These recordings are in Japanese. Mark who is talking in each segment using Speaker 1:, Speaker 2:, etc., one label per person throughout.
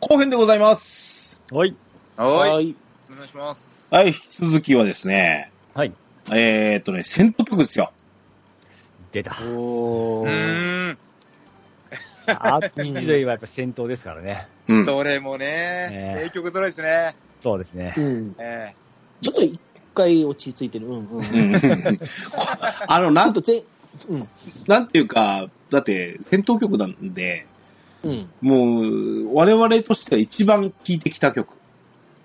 Speaker 1: 後編でございます。
Speaker 2: はい。
Speaker 3: はーい。
Speaker 4: い。
Speaker 3: お願いします。
Speaker 1: はい、引き続きはですね、
Speaker 2: はい。
Speaker 1: えーっとね、セントパクですよ。
Speaker 2: 出た。
Speaker 4: お
Speaker 3: う
Speaker 4: ー。
Speaker 3: ーん。
Speaker 2: アーティ時代はやっぱ戦闘ですからね。
Speaker 1: うん。
Speaker 3: どれも
Speaker 2: ね
Speaker 3: ね
Speaker 2: え、
Speaker 3: 名曲揃いですね。
Speaker 2: そうですね
Speaker 4: う。ん。
Speaker 3: え
Speaker 4: ちょっと一回落ち着いてる。うんうん。
Speaker 1: う
Speaker 4: ち
Speaker 1: んうんうんこ あの、な
Speaker 4: ょ
Speaker 1: ん
Speaker 4: っと、ぜ、うん。
Speaker 1: なんていうか、だって、戦闘曲なんで、
Speaker 4: うん。
Speaker 1: もう、我々としては一番聴いてきた曲。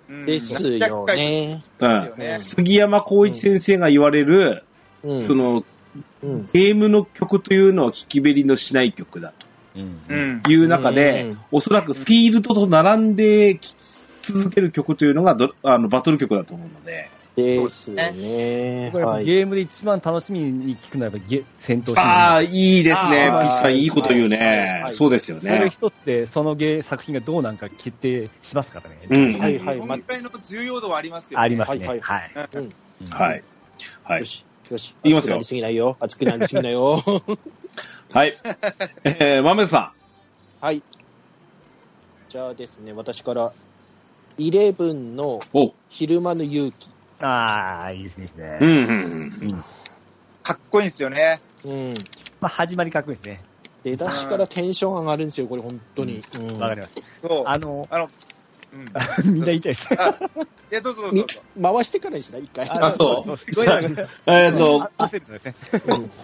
Speaker 3: えうん
Speaker 4: ですよね。
Speaker 1: う
Speaker 3: ですよ
Speaker 1: ん。
Speaker 3: ね。
Speaker 1: 杉山浩一先生が言われる、
Speaker 4: うん。
Speaker 1: その、
Speaker 4: うん、
Speaker 1: ゲームの曲というのは聞きべりのしない曲だ
Speaker 2: うん
Speaker 3: う。ん
Speaker 1: と。いう中で、
Speaker 4: うん
Speaker 1: おそらくフィールドと並んで聴き続ける曲というのがどあのバトル曲だと思うので、
Speaker 4: ですよね。
Speaker 2: 僕はやっ
Speaker 4: は
Speaker 2: ぱ
Speaker 4: い。
Speaker 2: ゲームで一番楽しみに聞くのはやっぱゲ戦闘シーン。
Speaker 1: ああ、いいですね。
Speaker 3: あー
Speaker 1: ピッチさん、いいこと言う
Speaker 4: はい
Speaker 1: ね
Speaker 4: は。い
Speaker 1: そうですよ
Speaker 2: それ
Speaker 1: ね。
Speaker 2: 一つで、そのゲー作品がどうなんか決定しますからね。
Speaker 1: うん
Speaker 4: はいはい
Speaker 3: そのぐらいの重要度はありますよね。
Speaker 2: ありますね。は
Speaker 4: は
Speaker 2: いい。はい。
Speaker 4: うん
Speaker 1: はい。は
Speaker 4: よ
Speaker 1: い。
Speaker 4: し。よし。
Speaker 1: 言います
Speaker 4: 熱く
Speaker 1: よ
Speaker 4: なりすぎないよ。熱くなりすぎないよ。
Speaker 1: はい。えー、豆さ
Speaker 4: はい。じゃあですね、私から、イレブンの
Speaker 1: ん。お
Speaker 4: 昼間の勇気。
Speaker 2: ああ、いいですね。いいです
Speaker 1: うん、うん
Speaker 2: ね。
Speaker 1: うん。
Speaker 2: うん。ま
Speaker 3: かっこいいんですよね。
Speaker 4: うん。
Speaker 2: あ、始まりかっこいいですね。
Speaker 4: 出だしからテンション上がるんですよ、これ、本当に。うん
Speaker 2: わかります。
Speaker 3: そう。
Speaker 2: あの、
Speaker 3: あの、うん。
Speaker 2: みんな言いたいです。
Speaker 3: あ、いや、どうぞどうぞ。
Speaker 4: 回してからにしない一回。
Speaker 1: あそう
Speaker 2: う。すごいなんか
Speaker 1: えっと、
Speaker 2: あ焦るんですね。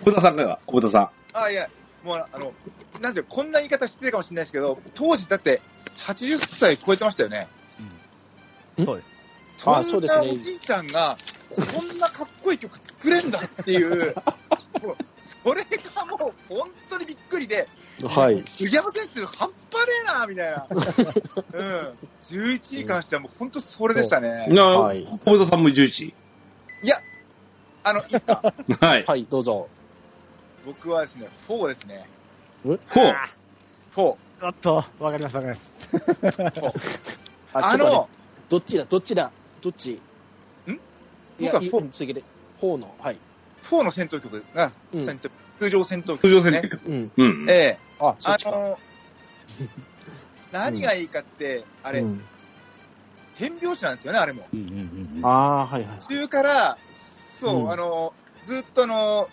Speaker 1: 小田さんが、小田さ
Speaker 3: あ、いや、もう、あの、なんていうかこんな言い方失礼かもしれないですけど、当時だって、80歳超えてましたよね。
Speaker 2: うんそうです。
Speaker 3: そんな
Speaker 4: あそうですね
Speaker 3: おじいちゃんが、こんなかっこいい曲作れんだっていう、もうそれがもう本当にびっくりで、
Speaker 4: はい。
Speaker 3: 杉山先生、半端ねえな、みたい な。うん。11に関してはもう本当それでしたね
Speaker 1: ん。。な、
Speaker 4: はい
Speaker 1: 小田さんも11時。
Speaker 3: あの、いいですか
Speaker 1: はい。
Speaker 4: はい、どうぞ。
Speaker 3: 僕はですね、4ですね。
Speaker 1: ほう。
Speaker 3: 4。
Speaker 2: おっと、わかりますわかります。
Speaker 3: あ
Speaker 4: ちょっと待って
Speaker 3: の、
Speaker 4: どっちだ、どっちだ、どっちんい
Speaker 3: 僕
Speaker 4: や、
Speaker 3: はい
Speaker 4: い
Speaker 3: フォー
Speaker 4: うん続けて。方の、はい。
Speaker 3: 4の戦闘曲が、
Speaker 4: うん
Speaker 3: 戦闘通常戦闘曲
Speaker 1: 通
Speaker 3: で
Speaker 1: 常
Speaker 3: す
Speaker 1: 戦
Speaker 3: ね
Speaker 1: 略。。
Speaker 4: うん。
Speaker 1: うん。
Speaker 3: ええ。
Speaker 4: あ、そ
Speaker 3: あ
Speaker 4: っちか。
Speaker 3: の、何がいいかって、あ
Speaker 4: あ
Speaker 3: れ、変拍子なんですよね、あれも。
Speaker 2: うんうんうん。
Speaker 4: あーはいはい。
Speaker 3: 途中から、そう、
Speaker 4: うん
Speaker 3: あの、ずっとあの、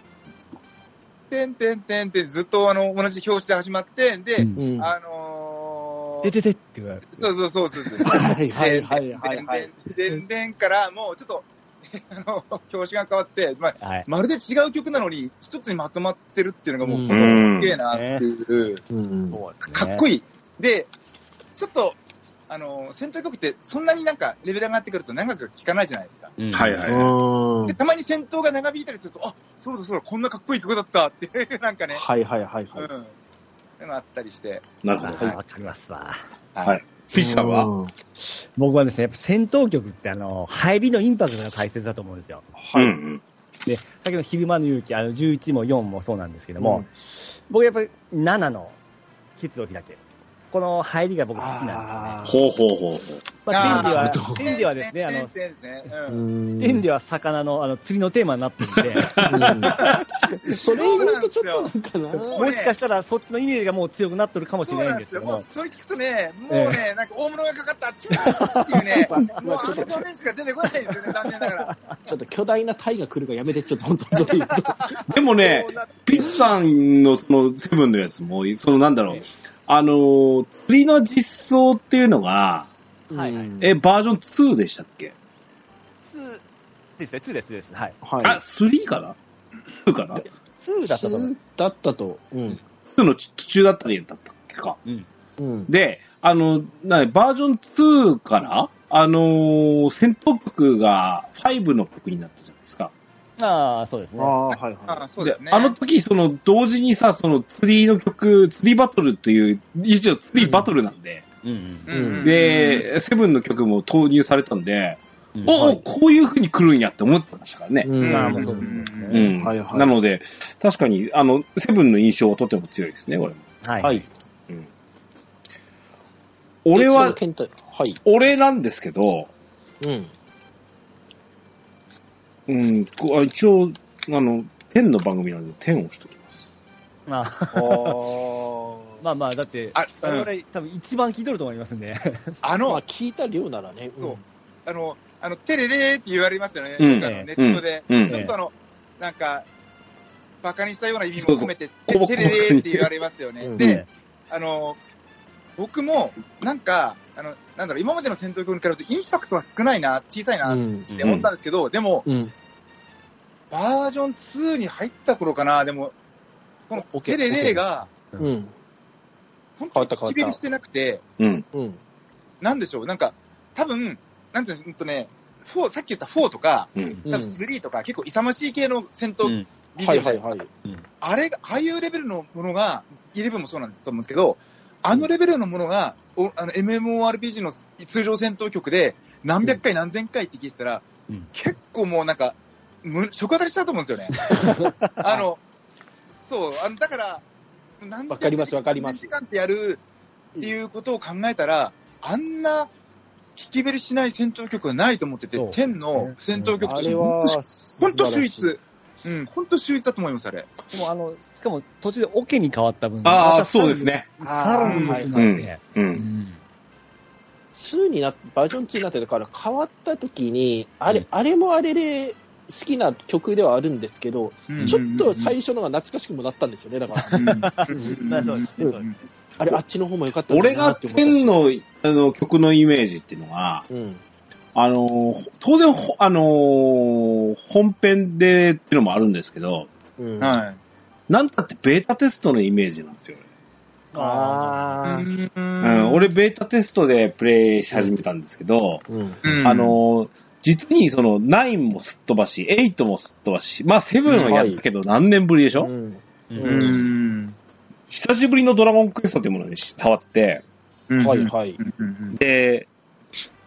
Speaker 3: てんてんてんてん、ずっとあの、同じ表紙で始まって、で、
Speaker 2: うん
Speaker 4: うん。は
Speaker 3: あのー
Speaker 2: 出ててって言われる。
Speaker 3: そうそうそうそうそう。
Speaker 4: いはいはいはいはい。
Speaker 3: でんでんでんでんから、もうちょっと、 あの、表紙が変わって、まあ、
Speaker 2: はい。
Speaker 3: まるで違う曲なのに、一つにまとまってるっていうのがもう、
Speaker 4: うん
Speaker 3: すげえなっていう、
Speaker 4: うん。
Speaker 2: そうですね
Speaker 3: かっこいい。で、ちょっと、あの、戦闘曲ってそんなになんかレベル上がってくると長く聴かないじゃないですか。
Speaker 2: うん
Speaker 1: はいはいう
Speaker 4: ーん
Speaker 3: で、たまに戦闘が長引いたりすると、あ、そうだそうだ、こんなかっこいい曲だったって いう、なんかね、
Speaker 4: はいはいはい
Speaker 3: うん。
Speaker 4: はい。
Speaker 3: いうのあったりして。
Speaker 1: なるほど。
Speaker 2: あわかりますわ。
Speaker 1: はい。ピッチさんは
Speaker 4: うん
Speaker 2: 僕はですね、やっぱ戦闘曲ってあの、入りのインパクトが大切だと思うんですよ。
Speaker 1: はい。うん
Speaker 2: で、先ほど昼間の勇気、あの、11も4もそうなんですけども、僕やっぱり7の、結露開け。この入りが僕好きなん
Speaker 4: あ
Speaker 2: ですよね。
Speaker 1: ほうほうほうほう。
Speaker 2: まあ、
Speaker 4: あー
Speaker 2: 天では、天ではですね、あ
Speaker 3: 点
Speaker 2: の
Speaker 3: 々、ですね。う。
Speaker 4: うんん
Speaker 2: 天では魚の、あの、釣りのテーマになってるんで、
Speaker 4: うんそれ言うとちょっとなんか
Speaker 3: そう
Speaker 4: な。
Speaker 2: もしかしたらそっちのイメージがもう強くなっとるかもし
Speaker 3: そ
Speaker 2: れな
Speaker 3: う
Speaker 2: い
Speaker 3: なんん
Speaker 2: で
Speaker 3: ですす
Speaker 2: け
Speaker 3: よ。
Speaker 2: ど
Speaker 3: もう
Speaker 2: も、
Speaker 3: それ聞くとね、もうね、なんか大物がかかった、あっちゅうっていうね、もうあの場面しか出てこないですよね、残念ながら。
Speaker 4: ちょっと巨大なタイが来るからやめて、ちょっと本当にそれ言うと。
Speaker 1: でもね、ピッチさんのそのセブンのやつも、そのなんだろう、あのー、釣りの実装っていうのが、
Speaker 2: はいはい
Speaker 4: うん
Speaker 1: え、バージョン2でしたっけ
Speaker 2: 2ですね、2です、2です。はい。
Speaker 1: あ、
Speaker 4: は
Speaker 1: 3かな ?2 かな
Speaker 4: 2
Speaker 2: 2だったと思う。
Speaker 4: だったと。うん。
Speaker 1: ?2 の途中だったりだったっけか。
Speaker 2: うん。
Speaker 4: うん。
Speaker 1: で、あの、なバージョン2から、あのー戦闘曲が5の曲になったじゃないですか。
Speaker 2: ああ、そうですね。
Speaker 4: ああ、はい
Speaker 3: あ
Speaker 4: は
Speaker 3: あ、そうですね。
Speaker 1: あの時、その、同時にさ、その、釣りの曲、釣りバトルという、一応釣りバトルなんで、
Speaker 2: うんうん
Speaker 3: うんうん、
Speaker 1: で、セブンの曲も投入されたんで、
Speaker 2: うん
Speaker 1: お
Speaker 4: は
Speaker 1: お、
Speaker 4: い
Speaker 1: こういう風に来るんやって思ってましたからね。
Speaker 4: い。
Speaker 3: う、
Speaker 4: うん
Speaker 2: まあ
Speaker 4: ん
Speaker 2: もうそうですね
Speaker 1: う
Speaker 3: うん
Speaker 1: ん。
Speaker 4: はいはい
Speaker 1: なので、確かに、あの、セブンの印象はとても強いですね、俺も。
Speaker 2: はい。
Speaker 4: はい。
Speaker 1: 俺
Speaker 4: その
Speaker 1: は、
Speaker 4: 検討はい。
Speaker 1: 俺なんですけど、
Speaker 4: うん。
Speaker 1: うん、こあ一応、あの、天の番組なんで、天を押しておきます。
Speaker 2: まあ、
Speaker 4: あ
Speaker 2: まあまあ、だって、
Speaker 3: あ
Speaker 2: 我
Speaker 3: うん
Speaker 2: 々、多分一番聞いとると思いますんで。
Speaker 3: あ
Speaker 4: まあ
Speaker 3: の、
Speaker 4: 聞いた量ならね、うん
Speaker 3: そうあの、あの、テレレーって言われますよね。
Speaker 1: うん
Speaker 3: なんかあのネットで。
Speaker 1: うんうん
Speaker 3: ちょっとあの、なんか、バカにしたような意味も込めて、
Speaker 1: そうそう
Speaker 3: テレレーって言われますよ
Speaker 4: う
Speaker 3: ね。
Speaker 4: ん
Speaker 3: で、あの、僕も、なんか、あの、なんだろう、今までの戦闘君に比べてインパクトは少ないな、小さいな
Speaker 4: う
Speaker 3: っ
Speaker 4: ん
Speaker 3: て思ったんですけど、でも、
Speaker 4: うん
Speaker 3: バージョン2に入った頃かな、でも、このテレレーが、
Speaker 4: うん
Speaker 3: 本
Speaker 4: 変
Speaker 3: 当に
Speaker 4: わった変わった
Speaker 3: 唇してなくて、
Speaker 1: うん。
Speaker 4: うん
Speaker 3: なんでしょう、なんか、多分、なんていうんですかうんとね、4、さっき言った4とか、
Speaker 1: うん。
Speaker 4: う
Speaker 3: 多分
Speaker 4: ん
Speaker 3: 3とか、結構勇ましい系の戦闘
Speaker 2: うん
Speaker 3: ビジ
Speaker 4: は
Speaker 3: ュ
Speaker 4: い
Speaker 3: アル
Speaker 4: はいはい。
Speaker 3: あれが、ああいうレベルのものが、11もそうなんですと思うんですけど、あのレベルのものが、おあの MMORPG の通常戦闘曲で、何百回何千回って聞いてたら、
Speaker 2: うん
Speaker 3: 結構もうなんか、む食当たりしたと思うんですよね。 あの、そう、あの、だから、何
Speaker 4: わかりますわかります
Speaker 3: 時間ってやるっていうことを考えたら、あんな、聞きべりしない戦闘曲はないと思ってて
Speaker 2: そう、
Speaker 3: 天の戦闘曲
Speaker 4: あ
Speaker 3: として、
Speaker 4: れは
Speaker 3: 本当、本当秀
Speaker 4: 素晴らしい
Speaker 3: 逸。うん、本当秀逸だと思います、あれ。
Speaker 2: でもあの、しかも途中でオケに変わった分。
Speaker 1: あ
Speaker 2: ま
Speaker 1: あ、
Speaker 2: たさら
Speaker 1: そう
Speaker 2: に
Speaker 1: です。ね。
Speaker 2: さらに
Speaker 3: あー
Speaker 2: 良くな
Speaker 1: う
Speaker 2: って
Speaker 1: ん。う。
Speaker 2: うんん
Speaker 4: 2になっバージョン2になってだから変わった時に、あれ、
Speaker 2: うん
Speaker 4: あれもあれで好きな曲ではあるんですけど、ちょっと最初のが懐かしくもなったんですよね、だから。
Speaker 2: あそうですねそうですね
Speaker 4: あれ、あっちの方も良かったんだ
Speaker 1: 俺
Speaker 4: な
Speaker 1: が
Speaker 4: って思ったし
Speaker 1: 天、のあの曲のイメージっていうのは、
Speaker 4: うん。
Speaker 1: あの、当然、ほあの、本編でっていうのもあるんですけど、
Speaker 4: うん。
Speaker 3: はい。
Speaker 1: なんたってベータテストのイメージなんですよ。
Speaker 4: あー
Speaker 1: うん、俺、ベータテストでプレイし始めたんですけど、
Speaker 4: うん。
Speaker 3: うん
Speaker 1: あ、の、実にその9もすっ飛ばし、8もすっ飛ばし、まあ7はやったけど何年ぶりでしょ、
Speaker 4: うん
Speaker 2: う
Speaker 3: うん
Speaker 4: ん
Speaker 3: ん。
Speaker 1: 久しぶりのドラゴンクエストっていうものに触って、
Speaker 3: うん
Speaker 4: はいはい。
Speaker 3: うん
Speaker 1: で、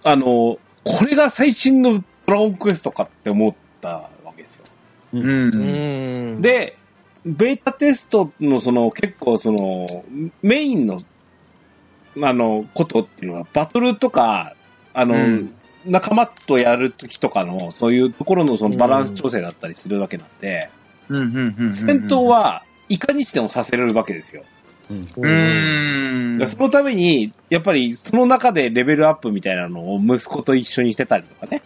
Speaker 1: あの、これが最新のドラゴンクエストかって思ったわけですよ。
Speaker 3: う。
Speaker 4: うんん。、
Speaker 1: で、ベータテストのその結構そのメインの、あの、ことっていうのはバトルとか、あの、
Speaker 3: うん
Speaker 1: 仲間とやるときとかの、そういうところのそのバランス調整だったりするわけなんで、
Speaker 3: うん。
Speaker 1: 戦闘、はいかにしてもさせられるわけですよ。
Speaker 2: うん
Speaker 4: う。
Speaker 3: うんん。
Speaker 1: そのために、やっぱりその中でレベルアップみたいなのを息子と一緒にしてたりとかね、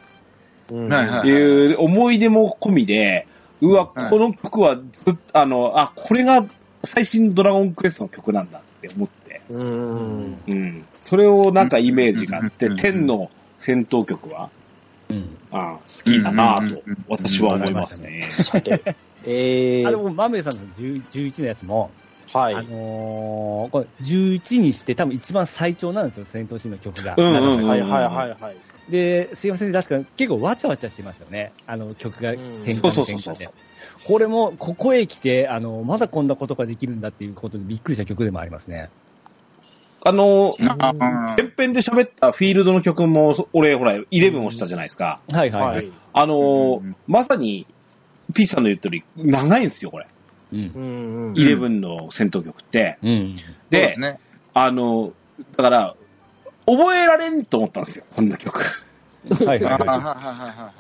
Speaker 3: はいはい
Speaker 1: いう思い出も込みで、うわ、
Speaker 3: はい
Speaker 1: この曲はずっと、あの、あ、これが最新ドラゴンクエストの曲なんだって思って、
Speaker 4: うん。
Speaker 1: うん。それをなんかイメージがあって
Speaker 3: う、ん
Speaker 1: 天の戦闘曲は、
Speaker 2: うん
Speaker 1: あ好きだなぁと
Speaker 3: うん、
Speaker 1: 私は思いますね。
Speaker 4: さて、え
Speaker 2: あで
Speaker 4: ー、
Speaker 2: も、マメさんの10 11のやつも、
Speaker 4: は
Speaker 2: あ
Speaker 4: い。
Speaker 2: のーこれ11にして多分一番最長なんですよ、戦闘シーンの曲が。
Speaker 1: うんうん
Speaker 4: はいはいはいはい。
Speaker 2: で、すいません、確か結構わちゃわちゃしてますよね。あの曲が
Speaker 4: うん
Speaker 2: 転
Speaker 1: そう
Speaker 2: 換
Speaker 1: そう
Speaker 2: の
Speaker 1: そ
Speaker 2: 転
Speaker 1: うそう
Speaker 2: 換で。これも、ここへ来て、あの、まだこんなことができるんだっていうことでびっくりした曲でもありますね。
Speaker 1: あの、
Speaker 3: あ
Speaker 1: 前編で喋ったフィールドの曲も、そ俺、ほら、11をしたじゃないですか。
Speaker 2: はいはい
Speaker 4: は
Speaker 2: はい。
Speaker 4: い。
Speaker 1: あのー
Speaker 3: うん
Speaker 1: まさに、ピースさんの言う通り、長いんですよ、これ。
Speaker 2: うん
Speaker 4: う。んうん。
Speaker 1: 11の戦闘曲って。
Speaker 2: うん。
Speaker 1: で、
Speaker 3: すね。
Speaker 1: あのーだから、覚えられんと思ったんですよ、こんな曲。
Speaker 2: はい
Speaker 3: は
Speaker 2: はい
Speaker 3: はいはい
Speaker 2: は
Speaker 3: は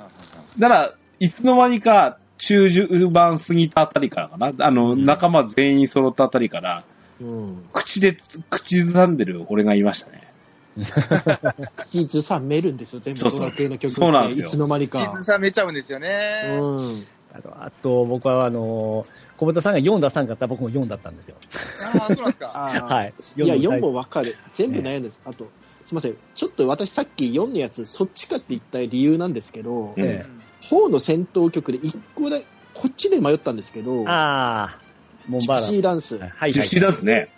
Speaker 3: い
Speaker 1: だから、いつの間にか、中終盤過ぎたあたりからかな。あの、
Speaker 2: うん
Speaker 1: 仲間全員揃ったあたりから、
Speaker 4: うん。
Speaker 1: 口でつ、口ずさんでる俺がいましたね。
Speaker 4: 口ずさめるんですよ、全部
Speaker 1: そうそう
Speaker 4: ドラクエの曲って。
Speaker 1: そうなんですよ
Speaker 4: いつの間に
Speaker 3: はい。
Speaker 4: か。
Speaker 3: 水さめちゃうんですよ
Speaker 4: う
Speaker 3: ね。
Speaker 4: ん。
Speaker 2: い。あと、あと僕はあのー、小畑さんが4出さんかったら僕も4だったんですよ。
Speaker 3: ああ、そうなんですか。
Speaker 4: あー
Speaker 2: はい。
Speaker 4: いや、4
Speaker 2: も
Speaker 4: もわかる。全部悩んでます。あと、すいません。ちょっと私さっき4のやつ、そっちかって言った理由なんですけど、
Speaker 1: うん
Speaker 2: え
Speaker 4: 4の戦闘曲で一個だこっちで迷ったんですけど、
Speaker 2: ああ、モン
Speaker 4: ジ
Speaker 2: バ
Speaker 4: プ
Speaker 2: ーラ。
Speaker 4: シーダンス。
Speaker 2: はい
Speaker 1: 実施なんですね。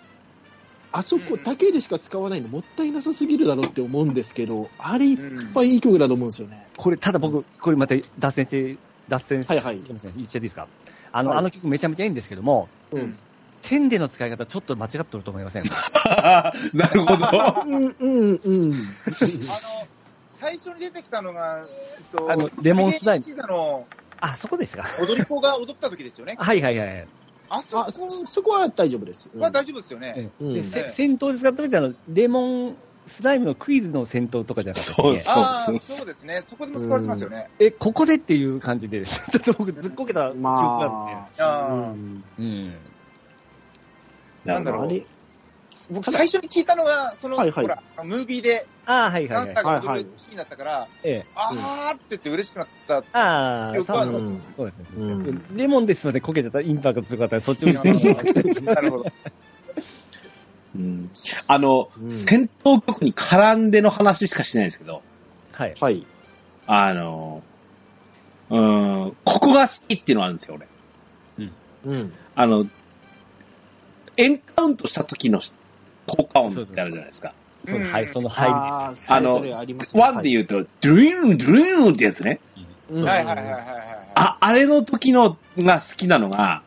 Speaker 4: あそこだけでしか使わないのもったいなさすぎるだろって思うんですけど、あれいっぱいいい曲だと思うんですよね。
Speaker 2: これ、ただ僕、これまた脱線して、脱線して、
Speaker 4: はいはい
Speaker 2: すません言っちゃっていいですかあの、
Speaker 4: はい
Speaker 2: あの曲めちゃめちゃいいんですけども、
Speaker 4: うんん。
Speaker 2: 天での使い方ちょっと間違っとると思いません
Speaker 1: なるほ ど。
Speaker 4: うん、うん、うん。
Speaker 3: あの、最初に出てきたのが、えっと
Speaker 2: あのレモンスライム
Speaker 3: 一座の
Speaker 2: あ、そこでしたか
Speaker 3: 踊り子が踊った時ですよね。
Speaker 2: はいはいはい。
Speaker 3: あそこ
Speaker 4: あ、そ、そこは大丈夫です。うん
Speaker 3: は大丈夫ですよね。
Speaker 2: え
Speaker 4: うん
Speaker 2: でせ
Speaker 3: うん
Speaker 2: 戦闘で使った時はあの、レモンスライムのクイズの戦闘とかじゃなかった
Speaker 1: そう
Speaker 2: で
Speaker 1: です
Speaker 2: すね。
Speaker 3: ああ、そうですね。そこでも使われてますよね。
Speaker 2: え、ここでっていう感じで、 ちょっと僕ずっこけた記憶があ
Speaker 4: ま
Speaker 3: あ
Speaker 4: あ、
Speaker 3: あ
Speaker 4: うん
Speaker 2: るんで。うん。
Speaker 3: なんだろう
Speaker 4: あれ
Speaker 3: 僕
Speaker 4: ただ
Speaker 3: 最初に聞いたのが、その、
Speaker 4: はいはい
Speaker 3: ほら、ムービーで、
Speaker 2: ああ、はい
Speaker 3: ガ
Speaker 2: はい
Speaker 3: ン
Speaker 2: は
Speaker 3: タ
Speaker 2: い。
Speaker 3: が踊るシーンだったから、
Speaker 2: ええ。
Speaker 3: あーって言って嬉しくなった。
Speaker 2: ああ、
Speaker 3: よくある
Speaker 2: そうそうですね。
Speaker 4: うん
Speaker 2: レモンですいません、こけちゃった。インパクト強かったら、そっちも。
Speaker 3: なるほど。
Speaker 1: うんあの、
Speaker 4: うん
Speaker 1: 戦闘曲に絡んでの話しかしないんですけど、
Speaker 2: はい。
Speaker 4: はい。
Speaker 1: あの、うん、ここが好きっていうのがあるんですよ、俺。
Speaker 4: うん。
Speaker 1: あの、エンカウントした時の効果音ってあるじゃないですか。
Speaker 2: そのはい、そ
Speaker 3: の。
Speaker 2: の入
Speaker 4: あー
Speaker 1: あの
Speaker 4: それぞれありますね
Speaker 1: ワンで言うと、ドゥルーン、ドゥルーンってやつね。
Speaker 2: りです。
Speaker 4: うん
Speaker 3: はいはいはいはいはい。
Speaker 1: あ、あれの時のが好きなのが、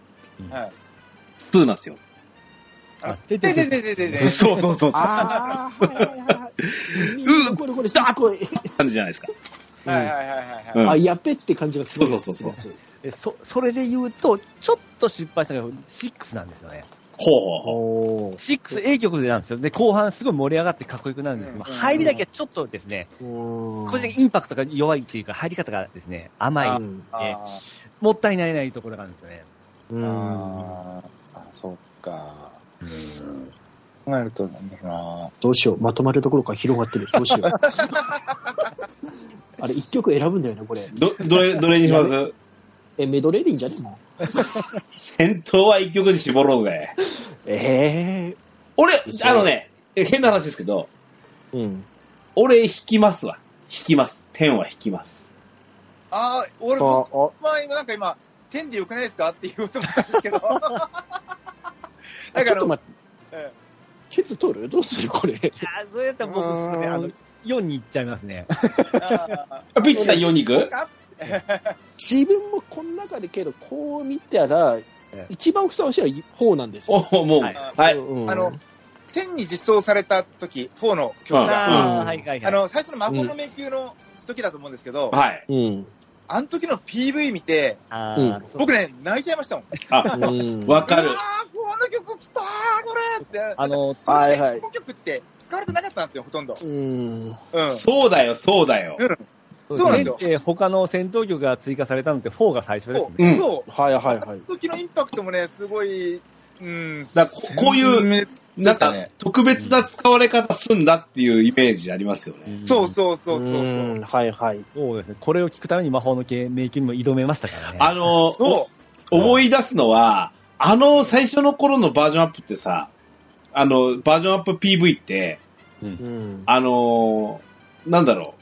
Speaker 3: はい。
Speaker 1: 2なんですよ。
Speaker 3: あ
Speaker 2: で
Speaker 3: で
Speaker 2: で
Speaker 3: で
Speaker 2: で
Speaker 3: でででで。
Speaker 1: そうそうそうそう。あ
Speaker 4: ああ、はいはい はいは
Speaker 1: うん
Speaker 4: い。これこれ、さっこい。
Speaker 1: 感じじゃないですか。
Speaker 3: はいはいはいはい。
Speaker 1: うん
Speaker 4: あ、やっべって感じがする。
Speaker 1: そうそうそう
Speaker 4: そう。
Speaker 2: えそ、それで言うと、ちょっと失敗したのが6なんですよね。
Speaker 1: ほうほうほう。
Speaker 4: おー
Speaker 2: 6、A 曲でなんですよ。で、後半すごい盛り上がってかっこよくなるんですけど、
Speaker 3: うん
Speaker 2: 入りだけはちょっとですね、
Speaker 4: 個
Speaker 2: 個人的にインパクトが弱いっていうか、入り方がですね、甘
Speaker 3: あ
Speaker 2: い。
Speaker 3: あ
Speaker 2: え
Speaker 3: ー
Speaker 2: もったいないないところがあるんですよね。
Speaker 3: あーあ、そっか。考えると、なんだろうな。
Speaker 4: どうしよう。まとまるところから広がってる。どうしよう。あれ、一曲選ぶんだよね、これ。
Speaker 1: ど、どれ、どれにします
Speaker 4: え、メドレーでいいんじゃねも
Speaker 1: 戦闘は一曲に絞ろうぜ。
Speaker 4: う。え
Speaker 1: 俺、
Speaker 4: 嘘
Speaker 1: あのね、変な話ですけど、
Speaker 4: えうん。
Speaker 1: 俺引きますわ。引きます。天は引きます。
Speaker 3: ああ、俺、僕
Speaker 4: あ、
Speaker 3: は今、なんか今、天でよくないですかって言おうと思ったんですけど。なんかあ
Speaker 4: あ、
Speaker 3: の
Speaker 4: ちょっと待って。
Speaker 3: え
Speaker 4: ケツ取るどうするこれ。
Speaker 2: ああ、それだったら僕、すみません、あの、4に行っちゃいますね。
Speaker 3: えあ
Speaker 1: あピッチさん4に行く
Speaker 4: 自分もこの中でけど、こう見たら、一番ふさわしい方なんですよ。
Speaker 1: おお、もう、
Speaker 2: はい
Speaker 1: はい。
Speaker 4: うん
Speaker 3: あの、ー天に実装された時、4の曲
Speaker 2: あ
Speaker 3: が、
Speaker 4: う
Speaker 2: あ、
Speaker 4: ん
Speaker 2: はいはいはい。
Speaker 3: あの、最初の魔法の迷宮の時だと思うんですけど、
Speaker 1: はい。
Speaker 4: うん。
Speaker 3: あの時の PV 見て、
Speaker 2: あ
Speaker 4: う
Speaker 2: ー
Speaker 4: ん
Speaker 2: そう
Speaker 3: 僕ね、泣いちゃいましたもん。
Speaker 1: あ、
Speaker 4: うん
Speaker 1: わかる
Speaker 3: あ。あ、4の曲来たー、これって。
Speaker 2: あの、
Speaker 3: その
Speaker 4: はいはい
Speaker 3: この曲って使われてなかったんですよ、ほとんど。
Speaker 4: うん。
Speaker 3: うん。
Speaker 1: そうだよ、そうだよ。
Speaker 3: そうなんですよ
Speaker 2: ねえー他の戦闘曲が追加されたのって4が最初ですね。
Speaker 1: うん
Speaker 3: そう。
Speaker 4: はいはい
Speaker 3: あ
Speaker 4: は
Speaker 3: の
Speaker 4: い。
Speaker 3: 時のインパクトもね、すごい、うん、
Speaker 1: だここういう
Speaker 3: 鮮明で
Speaker 1: なん
Speaker 3: した
Speaker 1: か
Speaker 3: ね。、
Speaker 1: 特別な使われ方すんだっていうイメージありますよね。
Speaker 3: そうそうそうそうそう。
Speaker 4: んはいはい。
Speaker 2: そうですね。これを聞くために魔法の系迷宮にも挑めましたからね。
Speaker 1: あの、
Speaker 3: そ
Speaker 1: お思い出すのは、あの、最初の頃のバージョンアップってさ、あの、バージョンアップ PV って、
Speaker 4: うん。
Speaker 1: あのーなんだろ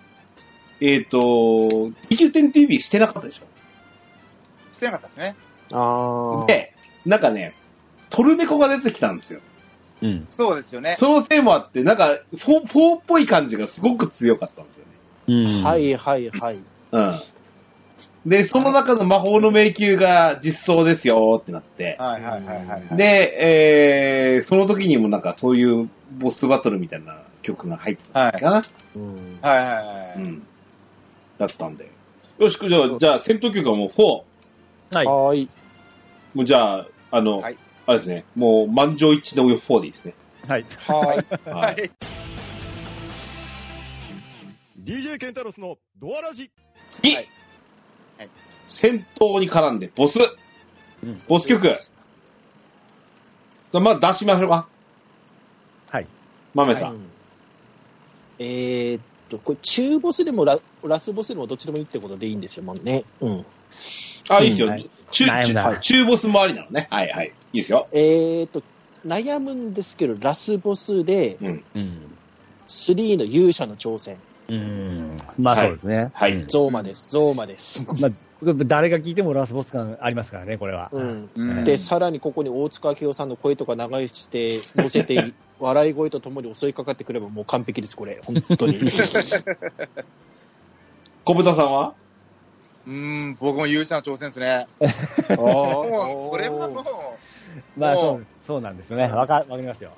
Speaker 1: う。えっ、と、29.tv してなかったでし
Speaker 3: う。してなかったですね。
Speaker 4: あ
Speaker 1: ょ。
Speaker 4: あ。
Speaker 1: で、なんかね、トルネコが出てきたんですよ。
Speaker 2: うん。
Speaker 3: そうですよね。
Speaker 1: そのせいもあって、なんか、フォーフォーっぽい感じがすごく強かったんですよね。
Speaker 2: うん。
Speaker 4: は。いはいはい。
Speaker 1: うん。で、その中の魔法の迷宮が実装ですよってなって、
Speaker 3: はいはいはいはい、はい。
Speaker 1: で、えー、その時にもなんかそういうボスバトルみたいな曲が入ってた
Speaker 3: はい。
Speaker 1: かな、
Speaker 4: うん。
Speaker 3: はいはいは
Speaker 1: う
Speaker 3: い。
Speaker 1: ん。だったんで。よし、じゃあ、じゃあ戦闘曲はもう4。
Speaker 2: はい。
Speaker 4: はーい。
Speaker 1: もうじゃあ、あの、
Speaker 3: はい
Speaker 1: あれですね、もう満場一致の4でいいですね。
Speaker 2: はい。
Speaker 4: はーい。
Speaker 1: は。
Speaker 3: はいい。
Speaker 2: DJ ケンタロスのドアラジ。
Speaker 1: 次、
Speaker 3: はいはい
Speaker 1: 戦闘に絡んでボス、
Speaker 2: うん
Speaker 1: ボス曲。じゃあ、まず出しましょうか。
Speaker 2: はい。
Speaker 1: 豆さん。
Speaker 4: うんえーっと、これ中ボスでもララスボスでもどっちでもいいってことでいいんですよ、もうね。うん。
Speaker 1: あ、いいですよ。
Speaker 2: うんはい
Speaker 1: 中
Speaker 2: 悩むな
Speaker 1: 中、中ボス周りなのね。はいはい。いいですよ。
Speaker 4: えーっと、悩むんですけど、ラスボスで
Speaker 1: うん。
Speaker 2: うん。
Speaker 4: 3の勇者の挑戦、
Speaker 2: うん。まあそうですね。
Speaker 1: はい
Speaker 2: うん
Speaker 4: ゾーマです、ゾーマです。
Speaker 2: まあ、誰が聞いてもラスボス感ありますからね、これは。
Speaker 4: うん。
Speaker 3: うん
Speaker 4: で、さらにここに大塚明夫さんの声とか流して、乗 せて、笑い声とともに襲いかかってくればもう完璧です、これ。本 当に。
Speaker 1: 小豚さんは
Speaker 3: うん、僕も勇者の挑戦です ね。
Speaker 4: あ
Speaker 3: もう、これはもう、
Speaker 2: まあそ
Speaker 3: お
Speaker 2: う、そうなんですよね。わか、わかり ますよ。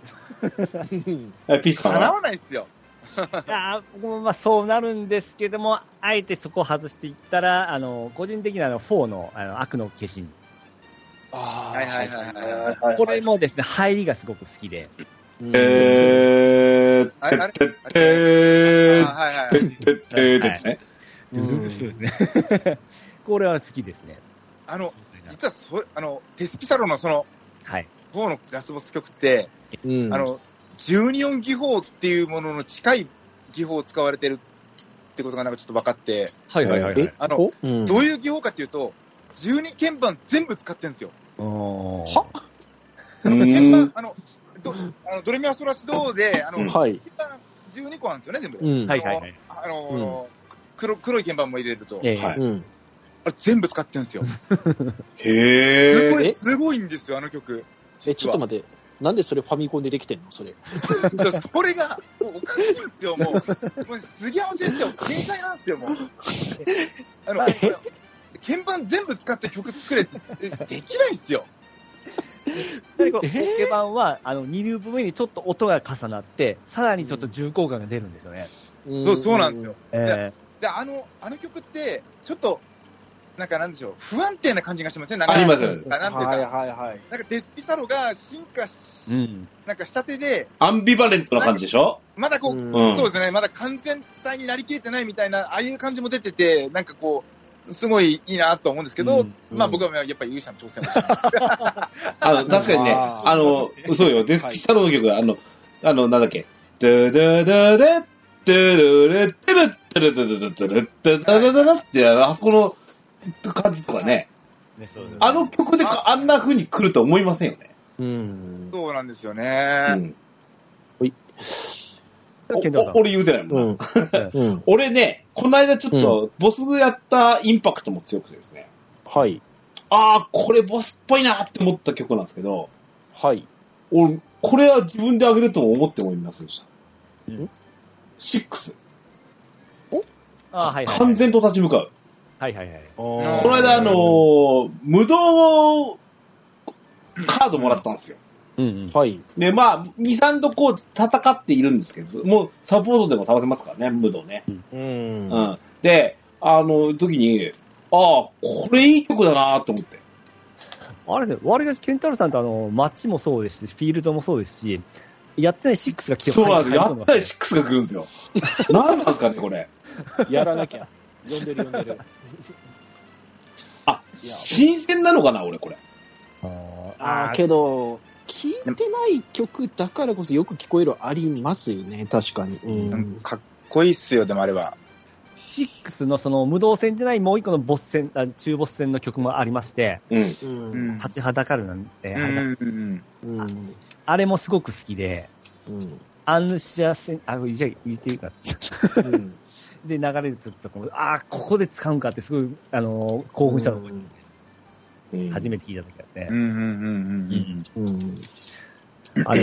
Speaker 1: えピッチさん
Speaker 3: 叶
Speaker 1: は
Speaker 3: わないっすよ。
Speaker 2: いやー僕もまあそうなるんですけども、あえてそこを外していったら、あの、個人的なあの、4の、あの、悪の化身。
Speaker 4: あー
Speaker 3: はいはいはいはい。はい
Speaker 2: これもですね、入りがすごく好きで。
Speaker 4: うん
Speaker 1: えー、
Speaker 3: あれあれ
Speaker 1: てってー
Speaker 3: あはいはいはい。
Speaker 1: てってーですね。
Speaker 4: うん
Speaker 2: そうですね。 これは好きですね。
Speaker 3: あの、実はそれ、あの、デスピサロのその、
Speaker 2: はい。
Speaker 3: 4のラスボス曲って、
Speaker 4: うん
Speaker 3: あの、 12音技法っていうものの近い技法を使われてるってことがなんかちょっと分かって、
Speaker 2: はいはいはい、はい。
Speaker 3: あの、
Speaker 4: おうん
Speaker 3: どういう技法かっていうと、12鍵盤全部使ってるんですよ。
Speaker 2: は
Speaker 3: 鍵盤、あの、どあのドレミファソラシドで、あの、
Speaker 1: うん
Speaker 4: はい。
Speaker 3: 鍵盤12個あるんですよね、全部で。
Speaker 4: うん。
Speaker 2: はいはいはい。
Speaker 3: あの、黒黒い鍵盤も入れると、
Speaker 2: ええ
Speaker 1: はい
Speaker 4: うん。
Speaker 3: あれ全部使ってるんですよ。
Speaker 1: へ
Speaker 3: すご
Speaker 1: え。
Speaker 3: い、
Speaker 4: え
Speaker 3: すごいんですよ、あの曲。
Speaker 4: え、ちょっと待って。なんでそれファミコンでできてんのそれ。
Speaker 3: って。これが、もうおかしいんですよ、もう。もう杉山先生、天才なんですよ、もう。あの、鍵盤全部使って曲作れって、できないんですよ。
Speaker 2: でこうポケバンは、あの、2ループ目にちょっと音が重なって、さらにちょっと重厚感が出るんですよね。
Speaker 3: そうそうなんですよ。。
Speaker 2: え
Speaker 3: で、あの、あの曲って、ちょっと、なんかなんでしょう、不安定な感じがしませんなんか
Speaker 1: ありますよね
Speaker 3: なんていう
Speaker 4: はい
Speaker 3: か、
Speaker 4: はいはい。
Speaker 3: なんかデスピサロが進化
Speaker 2: え
Speaker 3: し、
Speaker 2: うん。
Speaker 3: なんかしたてで、
Speaker 1: アンビバレントな感じでしょ
Speaker 3: まだこ
Speaker 1: う
Speaker 3: う、
Speaker 1: ん
Speaker 3: そうですね、まだ完全体になりきれてないみたいな、ああいう感じも出てて、なんかこう、すごいいいなと思うんですけど、
Speaker 2: うん
Speaker 3: まあ僕はやっぱり勇者の挑戦をした。
Speaker 1: あの、確かにね、
Speaker 4: あー
Speaker 1: あの、そうよ、デスピスタローの曲が、あの、あの、なんだっけ、ドゥドゥドゥドゥドゥルルドゥルドゥルドゥルドゥルドゥルドゥルドゥルって、あそこの感じとかね、
Speaker 2: ねそうそう
Speaker 1: あの曲で
Speaker 3: あ
Speaker 1: あんな風に来ると思いませんよね。
Speaker 4: うん。
Speaker 3: そうなんですよ
Speaker 1: う
Speaker 3: ね。
Speaker 1: ん。
Speaker 2: ケンタロウさん
Speaker 1: お俺言うてないもん。
Speaker 4: うん。うん。
Speaker 1: 俺ね、この間ちょっと、ボスやったインパクトも強くてですね、
Speaker 4: はい。
Speaker 1: ああ、これボスっぽいなって思った曲なんですけど、
Speaker 4: はい。
Speaker 1: 俺、これは自分であげるとも思ってもいませんでした。
Speaker 2: うん
Speaker 1: シックス。
Speaker 2: あはいはい。
Speaker 1: 完。全と立ち向かう。
Speaker 2: はいはいはい。
Speaker 4: こ
Speaker 3: ー
Speaker 1: この間、あのー無道をカードもらったんですよ。
Speaker 2: うんうん。
Speaker 4: はい。
Speaker 1: で、まあ、2、3度こう戦っているんですけど、もうサポートでも倒せますからね、無道ね。
Speaker 4: う。
Speaker 1: うんん。で、あの、時に、ああ、これいい曲だなと思って。
Speaker 2: あれね、割とケンタロウさんとあの、街もそうですし、フィールドもそうですし、やってない6が来て
Speaker 1: そうなんですよ。やったり
Speaker 2: し。
Speaker 1: 6が来るんですよ。 なんなんですかね、これ。
Speaker 4: やらなきゃ。呼んでる呼んでる。
Speaker 1: あ、
Speaker 4: いや
Speaker 1: 新鮮なのかな、俺、これ。
Speaker 2: あー
Speaker 4: あ
Speaker 2: あ
Speaker 4: ー
Speaker 2: ー、
Speaker 4: けど、聞いてない曲だからこそよく聞こえるありますよね、確かに。う
Speaker 3: うん
Speaker 4: ん。
Speaker 3: かっこいいっすよ、でもあれは。
Speaker 2: 6のその、無道戦じゃないもう一個のボス戦、あ中ボス戦の曲もありまして、
Speaker 1: うん。
Speaker 4: う。
Speaker 3: うんん。
Speaker 2: 立ちはだかるなんて、
Speaker 3: うん。
Speaker 4: うん。
Speaker 2: あれもすごく好きで、
Speaker 4: うん。
Speaker 2: アンシア戦、あ、じゃあ言っていいか。
Speaker 4: うん
Speaker 2: で、流れる時とかも、ああ、ここで使うんかって、すごい、あのー興奮したのを
Speaker 1: うん
Speaker 2: 初めて聞いた時だって
Speaker 3: うんう。んうんうん。
Speaker 4: うん。
Speaker 2: あれ、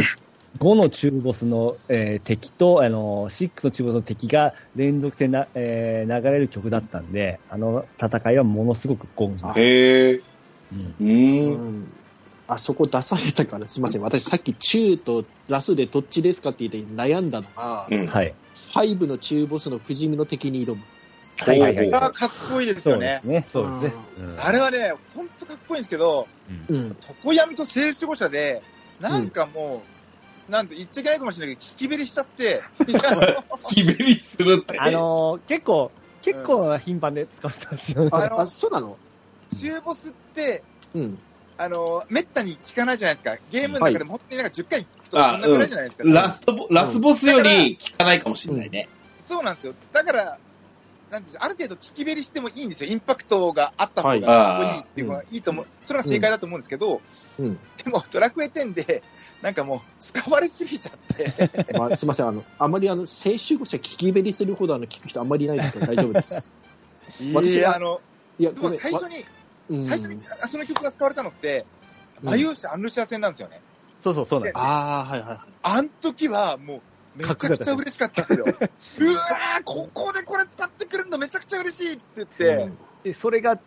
Speaker 2: 5の中ボスの、えー敵と、あのー、6の中ボスの敵が連続してな、えー流れる曲だったんで、あの戦いはものすごく興奮しました。
Speaker 1: へえ。
Speaker 2: うん
Speaker 1: うーん。
Speaker 4: うんあそこ出されたから、すみません。私さっき中とラスでどっちですかって言って悩んだのが、
Speaker 1: うん。
Speaker 2: はい。
Speaker 4: ハイブの中ボスの不死身の敵に挑む。
Speaker 2: はいはいはい
Speaker 1: ほうほうほう
Speaker 3: あれはかっこいいです
Speaker 2: そ
Speaker 3: よ
Speaker 2: うで
Speaker 3: ね
Speaker 2: す。ね。そうですね。うん
Speaker 3: あれはね、ほんとかっこいいんですけど、
Speaker 4: うん。
Speaker 3: 常闇と聖守護者で、なんかもう、なんて言っちゃいけないかもしれないけど、聞きべりしちゃって、いや
Speaker 1: 決めりするって。
Speaker 2: あのー結構、結構頻繁で使ったんですよね。
Speaker 3: あの
Speaker 4: あ、あそうなの
Speaker 3: 中ボスって、
Speaker 4: うん。
Speaker 3: あの、めったに聞かないじゃないですか。ゲームの中でも本当になんか10回聞くと
Speaker 1: はい
Speaker 3: そんなくらいじゃないですか。
Speaker 1: ラストボ、ラスボスより効かないかもしれないね。
Speaker 3: そうなんですよ。だから、なんですある程度聞きべりしてもいいんですよ。インパクトがあった方がかっこいいっていうのは、いいと思う。それは正解だと思うんですけど、
Speaker 4: うん。
Speaker 3: でもドラクエ10で、なんかもう使われすぎちゃって、
Speaker 4: まあ、すみません。あの、あまりあの、聖守護者聞きべりするほどあの、聞く人あまりいないですから大丈夫です。 私
Speaker 3: 私あの、
Speaker 4: いや、
Speaker 3: で
Speaker 4: ご
Speaker 3: も
Speaker 4: めん。
Speaker 3: 最初に、
Speaker 4: に
Speaker 3: 最初にあその曲が使われたのって、
Speaker 4: うん
Speaker 3: マユーシャ・アンルシア戦なんですよね。
Speaker 2: そうそうそうなんです。
Speaker 4: ああ、はいはい。
Speaker 3: あん時はもう、めちゃくちゃ嬉しかったっす よ。うわー、ここでこれ使ってくれるのめちゃくちゃ嬉しいって言って、
Speaker 2: で、それが、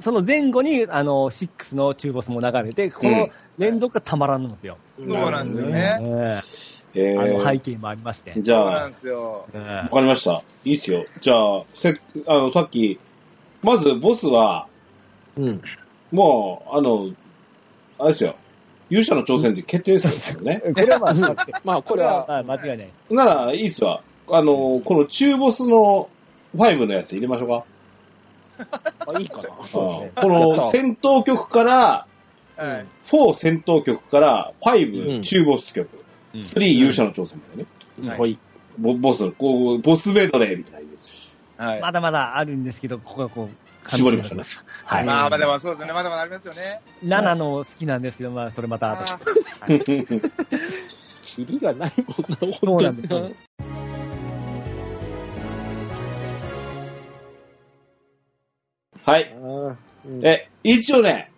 Speaker 2: その前後に、あの、6の中ボスも流れて、
Speaker 1: う
Speaker 2: この
Speaker 1: ん
Speaker 2: 連続がたまらんのですよ。
Speaker 4: そ
Speaker 3: そうなんですよね
Speaker 2: ええ
Speaker 1: へえ
Speaker 2: あの背景もありまして。
Speaker 1: じ
Speaker 3: そう
Speaker 1: ゃ
Speaker 3: な
Speaker 1: あ
Speaker 3: ん、ですよ。
Speaker 2: え
Speaker 1: わかりました。いいっすよ。じゃあ、せあの、さっき、まずボスは、
Speaker 4: うん。
Speaker 1: もう、あの、あれですよ。勇者の挑戦で決定ですよね。
Speaker 2: えこれはまあ、まあ
Speaker 4: まあ、こ
Speaker 2: これ
Speaker 4: れ
Speaker 2: は
Speaker 4: は、
Speaker 2: まあ間違いない。
Speaker 1: なら、いいっすわ。あの、この中ボスの5のやつ入れましょうか。
Speaker 4: あいいかな。
Speaker 2: そうですね
Speaker 1: あこの戦闘曲から、
Speaker 3: はい。
Speaker 1: 4戦闘曲から
Speaker 4: う
Speaker 1: 5
Speaker 4: ん
Speaker 1: 中ボス曲。
Speaker 2: うん
Speaker 1: スリー勇者の挑戦だよね。
Speaker 3: はい
Speaker 4: はい。
Speaker 1: ボボス、こう、ボスメドレーみたいなやつ。
Speaker 3: はい。
Speaker 2: まだまだあるんですけど、ここはこう、
Speaker 1: 絞りましたね
Speaker 2: はい。
Speaker 3: まあ、まあで
Speaker 2: も。
Speaker 3: もそうですね。まだまだありますよね。
Speaker 2: 7の好きなんですけど、まあ、それまた後
Speaker 3: あ
Speaker 2: で。
Speaker 3: ー
Speaker 4: キリがないもんな、
Speaker 2: そ
Speaker 4: 本
Speaker 2: う
Speaker 4: 当
Speaker 2: なんで
Speaker 4: に
Speaker 2: すよ
Speaker 4: な。
Speaker 1: はい。
Speaker 4: あーうん
Speaker 1: え、一応ね、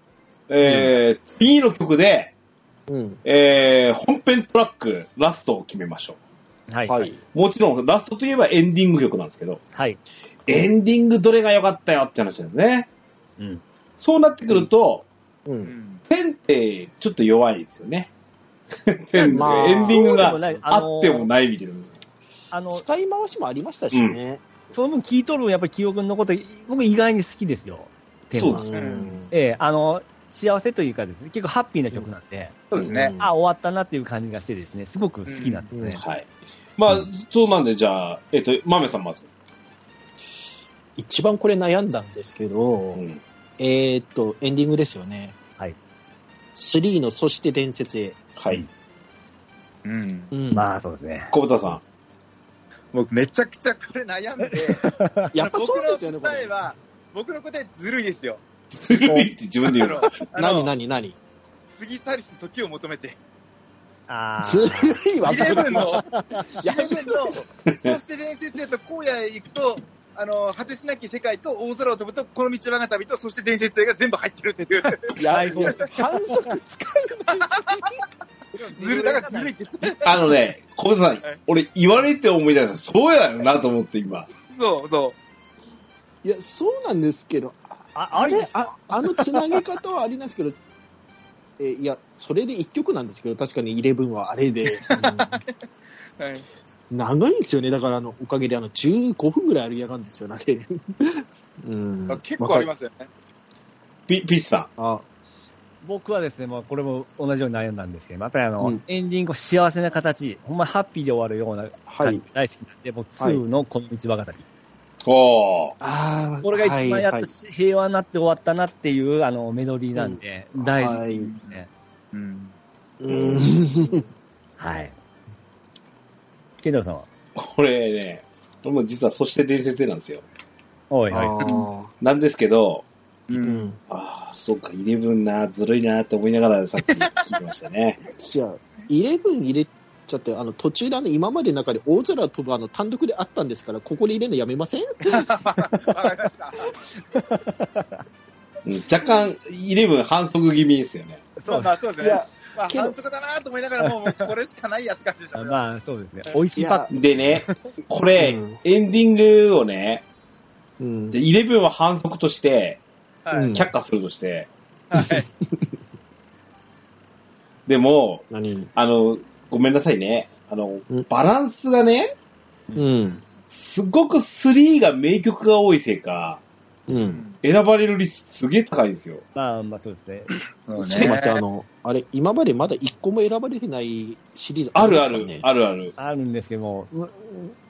Speaker 1: えー次の曲で、
Speaker 4: うん。
Speaker 1: えー本編トラック、ラストを決めましょ
Speaker 2: はい。
Speaker 4: は
Speaker 2: はいい。。
Speaker 1: う。もちろん、ラストといえばエンディング曲なんですけど、
Speaker 2: はい。
Speaker 1: エンディングどれが良かったよって話なんですね。
Speaker 2: うん。
Speaker 1: そうなってくると、
Speaker 4: う。
Speaker 3: うんん
Speaker 1: 点ってちょっと弱いですよ ね。天
Speaker 4: まあ
Speaker 1: エンディングが
Speaker 2: そうでもないあのー
Speaker 1: あってもないみたいな。
Speaker 2: あの、
Speaker 4: 使い回しもありましたしね。
Speaker 2: その分聞いとるやっぱり記憶に残って、僕意外に好きですよ。テー
Speaker 1: そ
Speaker 2: マ
Speaker 1: うです
Speaker 4: ね。
Speaker 2: ええあの、幸せというかですね、結構ハッピーな曲なんで、
Speaker 3: そうですね。
Speaker 2: あ、終わったなっていう感じがしてですね、すごく好きなんですね。
Speaker 1: はい。まあ、
Speaker 2: うん
Speaker 1: そうなんで、じゃあ、えっ、と、豆さんまず。
Speaker 4: 一番これ悩んだんですけど、
Speaker 1: うん
Speaker 4: えーっと、エンディングですよね。
Speaker 2: はい。
Speaker 4: 3のそして伝説へ。
Speaker 1: はい。
Speaker 3: うん。
Speaker 4: うん
Speaker 2: まあ、そうですね。
Speaker 1: 小田さ
Speaker 3: 僕めちゃくちゃこれ悩んで、
Speaker 4: やっぱそうですよね、
Speaker 3: 僕
Speaker 4: こ
Speaker 3: の答え
Speaker 4: れ。
Speaker 3: は、僕の答えずるいですよ。
Speaker 1: ん。ずるい って自分で言う。
Speaker 3: あの
Speaker 4: 何、何、何。
Speaker 3: 過ぎ去りし時を求めて、
Speaker 2: あ
Speaker 4: ずる
Speaker 2: あ。
Speaker 4: いわ、
Speaker 3: イレブンの、イ
Speaker 4: や
Speaker 3: レ
Speaker 4: め
Speaker 3: ブンの、そして伝説へと荒野へ行くと、あの、果てしなき世界と大空を飛ぶと、この道我が旅と、そして伝説へが全部入ってる っていう。
Speaker 4: や
Speaker 2: 最高
Speaker 4: 反則使えない。
Speaker 3: ずる、だからずるい。
Speaker 1: あのね、小田さん
Speaker 3: はい、
Speaker 1: 俺言われて思い出した。そうやよなと思って今。
Speaker 3: そうそ
Speaker 4: いや、そうなんですけど、
Speaker 2: あ
Speaker 4: あれ、ああのつなげ方はありなんですけど、えいや、それで一曲なんですけど、確かにイレブンはあ れで、
Speaker 3: う。はい。
Speaker 4: うん長いんですよね、だからあのおかげであの15分ぐらいあるやがんですよ ね、あれ。うん
Speaker 3: あ結構ありますよね。
Speaker 1: ピピッチさ
Speaker 4: す。あ
Speaker 2: 僕はですね、まあ、これも同じように悩んだんですけど、またあの、
Speaker 4: うん
Speaker 2: エンディングを幸せな形、ほんまハッピーで終わるような、
Speaker 4: はい。
Speaker 2: 大好きなんで、もう2のこの道ばかり。
Speaker 1: ん。おー。
Speaker 4: ああ、
Speaker 2: これが一番やっ
Speaker 4: はい
Speaker 2: とし平和になって終わったなっていう、あの、メロディーなんで、大好き
Speaker 4: はい
Speaker 2: ですね。
Speaker 3: うん。
Speaker 4: うん
Speaker 2: はい。ケンタロウさんは
Speaker 1: これね、俺も実はそして伝説なんですよ。
Speaker 2: おい
Speaker 4: あ
Speaker 2: はい。
Speaker 4: ー
Speaker 1: なんですけど、
Speaker 3: う。
Speaker 4: うんん。
Speaker 1: ああ、そっか、イレブンな、ずるいなって思いながらさっき聞きましたね。
Speaker 4: じゃあ、イレブン入れちゃって、あの途中であの今までの中で大空飛ぶあの単独であったんですから、ここで入れるのやめません
Speaker 3: わかりました。
Speaker 1: うん、若干、イレブン反則気味ですよね。
Speaker 3: まあまあそうです
Speaker 4: い
Speaker 3: ね
Speaker 4: や。
Speaker 3: まあ
Speaker 4: けど
Speaker 3: 反則だなと思いながらもう、もうこれしかないやって感じでした
Speaker 2: あ
Speaker 3: ね。
Speaker 2: まあ、そうですね。美味しいパック。
Speaker 1: でね、これ、
Speaker 4: うん
Speaker 1: エンディングをね、
Speaker 4: うん
Speaker 1: でイレブンは反則として、
Speaker 3: はい。
Speaker 1: 却下するとして、
Speaker 3: はい。
Speaker 1: でも、
Speaker 4: 何
Speaker 1: あの、ごめんなさいね。あの
Speaker 4: うん、
Speaker 1: バランスがね、
Speaker 4: うん。
Speaker 1: すごく3が名曲が多いせいか、
Speaker 4: うん。
Speaker 1: 選ばれる率すげえ高いんですよ。
Speaker 2: まあまあ、そうですね。
Speaker 3: そうね
Speaker 4: ちょっと待って、あの、あれ、今までまだ一個も選ばれてないシリーズ
Speaker 1: ある
Speaker 4: ま
Speaker 1: あ
Speaker 4: すから
Speaker 1: る
Speaker 4: ね、
Speaker 1: あるある。
Speaker 2: あるんですけども、う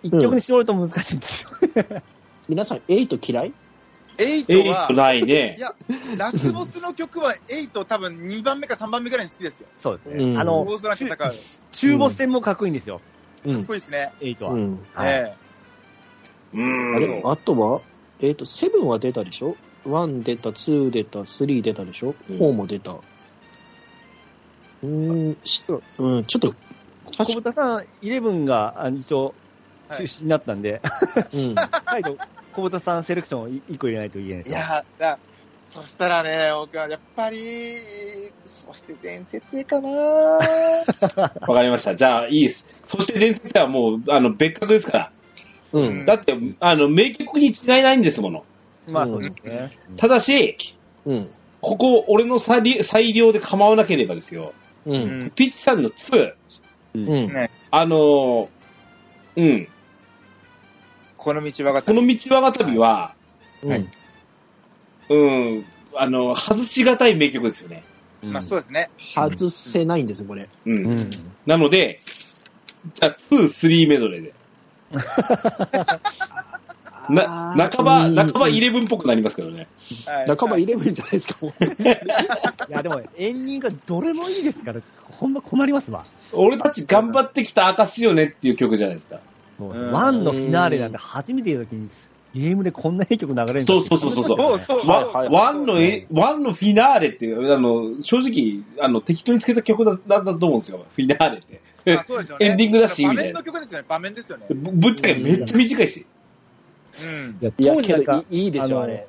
Speaker 2: 一曲に絞ると難しいんですよ。
Speaker 4: 皆さん、8嫌い
Speaker 3: エイトは
Speaker 1: 8、ないね
Speaker 3: い。や、ラスボスの曲は8多分2番目か3番目ぐらいに好きですよ。
Speaker 2: そうですね。
Speaker 4: うん
Speaker 2: あ
Speaker 3: 大
Speaker 2: の、
Speaker 3: 空戦う。かっ
Speaker 2: 中ボス戦もかっこいいんですよ、
Speaker 4: う
Speaker 3: こいい
Speaker 4: ん。
Speaker 3: ですね。
Speaker 2: 8
Speaker 4: う
Speaker 2: は。
Speaker 4: ん。
Speaker 2: はい
Speaker 3: え
Speaker 1: う
Speaker 4: あれ
Speaker 1: ーん。
Speaker 4: あとは、えっ、と、7は出たでしょ ?1 出た、2出た、3出たでしょ
Speaker 1: うん
Speaker 4: ?4 も出た。うーん、しうん、ちょっと、
Speaker 2: 小
Speaker 4: 確か
Speaker 2: 豚さん、イレブンがあの一応、
Speaker 3: はい
Speaker 2: 中止になったんで、
Speaker 4: うん。
Speaker 2: 再度、小豚さんセレクションを一個入れないといけないで
Speaker 3: え。
Speaker 2: すよ。
Speaker 3: い や、だそしたらね、僕はやっぱり、そして伝説へかな
Speaker 1: わかりました。じゃあ、いいです。そして伝説はもう、あの、別格ですから。
Speaker 4: うん。
Speaker 1: だって、あの、名曲に違いないんですもの。
Speaker 2: まあそうですね。
Speaker 1: ただし、
Speaker 4: うん。
Speaker 1: ここ、俺の裁裁量で構わなければですよ。
Speaker 4: う。
Speaker 3: うんん。
Speaker 1: ピッチさんの2、
Speaker 4: うん。
Speaker 3: ね
Speaker 1: あのーうん、
Speaker 3: この道はが
Speaker 1: この道我が旅は、
Speaker 4: うん。
Speaker 1: うん、あの、外しがたい名曲ですよね。
Speaker 2: うん
Speaker 3: まあそうですね。
Speaker 4: 外せないんです、これ。
Speaker 1: うん。
Speaker 4: うん。
Speaker 1: なので、じゃあ、2、3メドレーで。な、半ば、
Speaker 4: うん
Speaker 1: 半ばイレブンっぽくなりますけどね。
Speaker 3: はい
Speaker 4: 半ばイレブンじゃないですか、もう
Speaker 2: いや、でも、エンディングがどれもいいですから、ほんま困りますわ。
Speaker 1: 俺たち頑張ってきた証よねっていう曲じゃないですか。
Speaker 2: そう
Speaker 3: うん
Speaker 2: ワンのフィナーレなんて初めてやるときに、ゲームでこんな影曲流れるんだ
Speaker 1: そうそうそうそう
Speaker 3: そうそう。
Speaker 1: ワ
Speaker 4: はいはい
Speaker 1: ンワンのえ、ワンのフィナーレっていう、あの、正直、あの、適当につけた曲だだったと思うんですよ、フィナーレって。
Speaker 3: まあそうですよね
Speaker 1: エンディングだし
Speaker 3: 場
Speaker 1: みたい
Speaker 3: 面
Speaker 1: な
Speaker 3: の曲ですよね、場面ですよね。
Speaker 1: ぶぶっちゃけめっちゃ短いし。
Speaker 3: うん。
Speaker 2: いや
Speaker 4: いや、
Speaker 2: 当時
Speaker 4: け
Speaker 2: なん
Speaker 4: ど
Speaker 2: か
Speaker 4: い、いいですよ、
Speaker 2: あ
Speaker 4: あ
Speaker 2: の
Speaker 4: れ。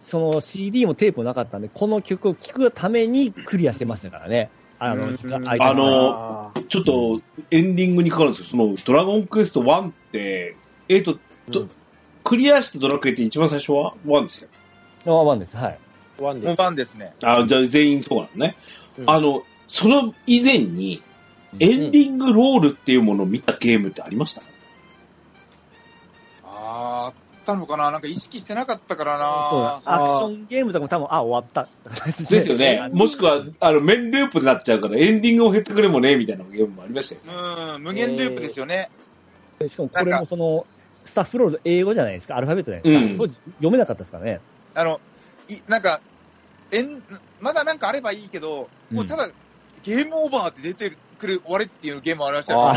Speaker 2: その CD もテープもなかったんで、この曲を聴くためにクリアしてましたからね。あ
Speaker 3: う
Speaker 2: の、
Speaker 3: ん
Speaker 2: 時間
Speaker 3: うん
Speaker 2: 空いた時間
Speaker 1: あの
Speaker 4: あ
Speaker 1: ちょっと、エンディングにかかるんですよ。その、ドラゴンクエスト1って、えっと、
Speaker 4: う
Speaker 1: と
Speaker 4: ん
Speaker 1: クリアしてドラクエって一番最初は1ですよ。
Speaker 2: のワンです。はい。
Speaker 4: ーワンです。
Speaker 3: ファンですね。
Speaker 1: あ、じゃあ全員そうなのね。
Speaker 4: うん
Speaker 1: あの、その以前に、エンディングロールっていうものを見たゲームってありました
Speaker 3: あーあったのかななんか意識してなかったから
Speaker 2: そうだ
Speaker 3: な。
Speaker 2: アクションゲームとかも多分、あ、終わった。です
Speaker 1: ですよ ね。もしくは、あの、面ループになっちゃうから、エンディングを減ってくれもね、みたいなゲームもありましたよ。
Speaker 3: うん、無限ループですよね。
Speaker 2: しかもこれもその、スタッフロール英語じゃないですか、アルファベットじゃない
Speaker 1: うん
Speaker 2: ですか。当時読めなかったですからね。
Speaker 3: あの、い、なんか、えん、まだなんかあればいいけど、もうただ、ゲームオーバーって出てくる終わりっていうゲームもありましたよ。あ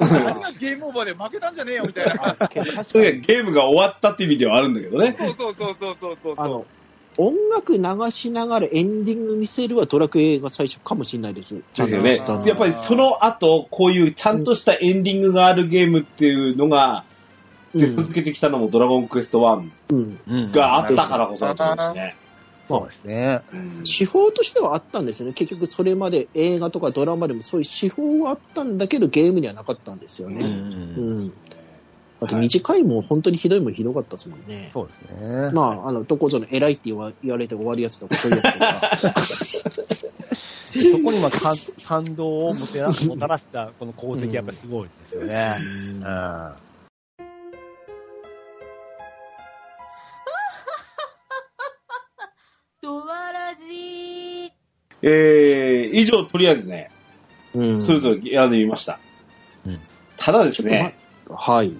Speaker 4: あ
Speaker 3: んな
Speaker 4: ー
Speaker 3: ゲームオーバーで負けたんじゃねえよみたいな。
Speaker 4: あけど確
Speaker 1: そ
Speaker 4: か
Speaker 1: れ
Speaker 4: に
Speaker 1: がゲームが終わったっていう意味ではあるんだけどね。
Speaker 3: そうそうそうそうそう
Speaker 4: あ
Speaker 3: そう。
Speaker 4: の、音楽流しながらエンディング見せるはドラクエが最初かもしれないです。ちゃんと
Speaker 1: で
Speaker 4: し
Speaker 1: す
Speaker 4: た
Speaker 1: よ
Speaker 4: の
Speaker 1: ね。やっぱりその後、こういうちゃんとしたエンディングがあるゲームっていうのが、
Speaker 4: う
Speaker 1: 出
Speaker 4: ん
Speaker 1: 続けてきたのもドラゴンクエスト1
Speaker 4: うん
Speaker 2: うん
Speaker 1: があったからこそだと思うんで
Speaker 2: そうですね。
Speaker 1: すね。
Speaker 4: 手法としてはあったんですよね。結局それまで映画とかドラマでもそういう手法はあったんだけどゲームにはなかったんですよね。うん。だって短いも本当にひどいもひどかったですもんね。
Speaker 2: そうですね。
Speaker 4: まあ、あの、どこぞの偉いって言わ言われて終わるやつとかそういうやつとか。
Speaker 2: でそこにまあ感感動をもてなもたらしたこの功績はやっぱりすごいですよね。うん。
Speaker 5: とわらじ
Speaker 1: えー、以上、とりあえずね、
Speaker 4: うん
Speaker 1: それぞれ選んでみました
Speaker 2: うん。
Speaker 1: ただですね、
Speaker 4: はい。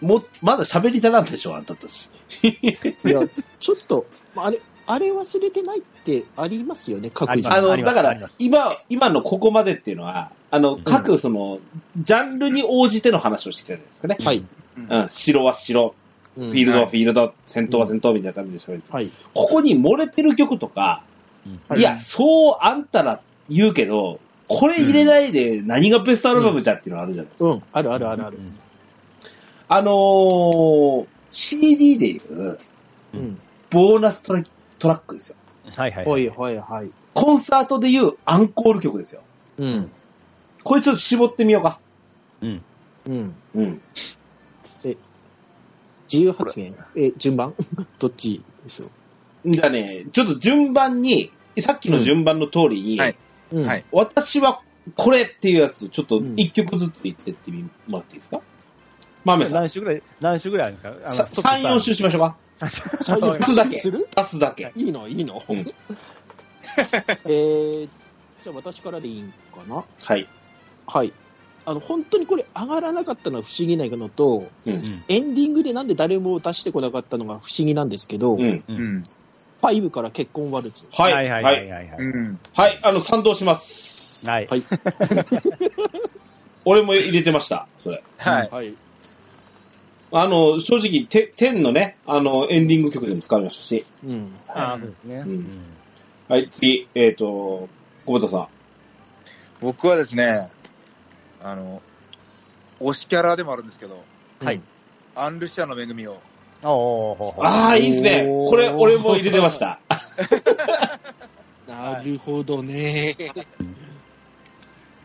Speaker 1: もう、まだ喋りたなんでしょ、あんたたち。
Speaker 4: いや、ちょっと、あれ、あれ忘れてないってありますよね、各自。
Speaker 1: あの、
Speaker 2: あり
Speaker 1: だ
Speaker 2: ます
Speaker 1: か
Speaker 2: あり
Speaker 1: ら
Speaker 2: ます、
Speaker 1: 今、今のここまでっていうのは、あの、各、その、ジャンルに応じての話をしてきたんですかね。
Speaker 4: はい。
Speaker 1: うん、城は城、
Speaker 4: う
Speaker 1: フ
Speaker 4: ん
Speaker 1: ィールド
Speaker 3: は
Speaker 1: はいフィールド、戦闘は戦闘みたいな感じで喋って。
Speaker 4: はい。
Speaker 1: ここに漏れてる曲とか、
Speaker 3: はい
Speaker 1: いや、そうあんたら言うけど、これ入れないで何がベストアルバムじゃっていうのあるじゃないですか。
Speaker 4: うん、あるあるあるある。
Speaker 1: あのー、CD でいう、
Speaker 2: うん
Speaker 4: うん。
Speaker 1: ボーナストラトラックですよ。
Speaker 2: はいはい。
Speaker 4: はいはいはい。
Speaker 1: コンサートでいうアンコール曲ですよ。
Speaker 4: うん。
Speaker 1: これちょっと絞ってみようか。
Speaker 2: うん。
Speaker 4: うん。
Speaker 1: うん。
Speaker 4: え、自由発言え、順番 どっちでしょ
Speaker 1: じゃあね、ちょっと順番に、さっきの順番の通りに、
Speaker 3: うんはい
Speaker 4: うん。
Speaker 3: はい
Speaker 1: 私はこれっていうやつ、ちょっと
Speaker 4: うん
Speaker 1: 一曲ずつ言ってってみもらっていいですかマメさん。
Speaker 2: 何週ぐらい、何週ぐらいあるんですか
Speaker 1: さ3、4週しましょうか。
Speaker 4: 採用
Speaker 1: 出すだけ
Speaker 4: する。
Speaker 1: 出すだけ。
Speaker 4: いいのいいの
Speaker 1: うん
Speaker 4: えー、じゃあ私からでいいんかな
Speaker 1: はい。
Speaker 4: はい。あの、本当にこれ上がらなかったのは不思議なのと、
Speaker 1: うん。
Speaker 4: エンディングでなんで誰も出してこなかったのが不思議なんですけ
Speaker 1: う
Speaker 4: ど、
Speaker 1: ん。
Speaker 3: うん。
Speaker 4: 5から結婚ワルツ。
Speaker 1: はい。
Speaker 2: はいはいはいはいは
Speaker 3: う
Speaker 2: い。
Speaker 3: ん。
Speaker 1: はい、あの、賛同します。
Speaker 2: はい
Speaker 4: はい。
Speaker 1: 俺も入れてました、それ。
Speaker 3: はい。
Speaker 4: はい。
Speaker 1: あの、正直、て、天のね、あの、エンディング曲でも使いましたし。
Speaker 4: うん。
Speaker 2: あーそうですね。
Speaker 1: うん
Speaker 2: うん
Speaker 1: はい、次、えっ、と、久保田さ
Speaker 3: 僕はですね、あの、推しキャラでもあるんですけど、
Speaker 2: はい。
Speaker 3: アンルシアの恵みを。
Speaker 2: おーほーほ
Speaker 1: ん。
Speaker 2: ー
Speaker 1: ああ、いいですね。
Speaker 4: おー
Speaker 1: これ、俺も入れてました。
Speaker 4: なるほどね。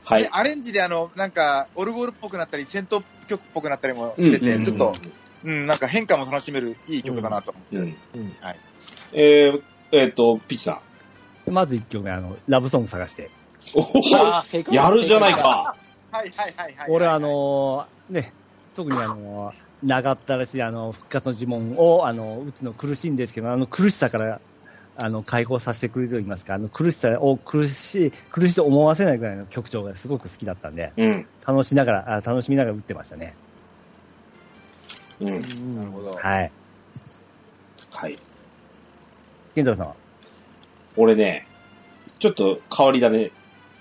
Speaker 1: は
Speaker 3: で
Speaker 1: い。
Speaker 3: アレンジであの、なんか、オルゴールっぽくなったり、戦闘曲っぽくなったりもしてて、
Speaker 2: うん
Speaker 3: ちょっと、うん、なんか変化も楽しめるいい曲だなと。
Speaker 1: うん。
Speaker 4: うん
Speaker 3: はい
Speaker 1: えーえっと、ピッチさん。
Speaker 2: まず一曲目、あの、ラブソング探して。
Speaker 1: おほほ
Speaker 3: あ
Speaker 1: やるじゃない。か。
Speaker 3: はいはいはいはい。
Speaker 2: 俺、あ、のー、ね、特にあのー、長ったらしい、あの、復活の呪文を、あの、打つの苦しいんですけど、あの、苦しさから、あの、解放させてくれると言いますか、あの、苦しさを苦しい、苦しいと思わせないぐらいの曲調がすごく好きだったんで、
Speaker 1: うん。
Speaker 2: 楽しながら、あ楽しみながら打ってましたね。
Speaker 1: う。
Speaker 4: うんん
Speaker 3: なるほど。
Speaker 2: はい。
Speaker 1: はい。
Speaker 2: 健太郎さんは
Speaker 1: 俺ね、ちょっと変わり種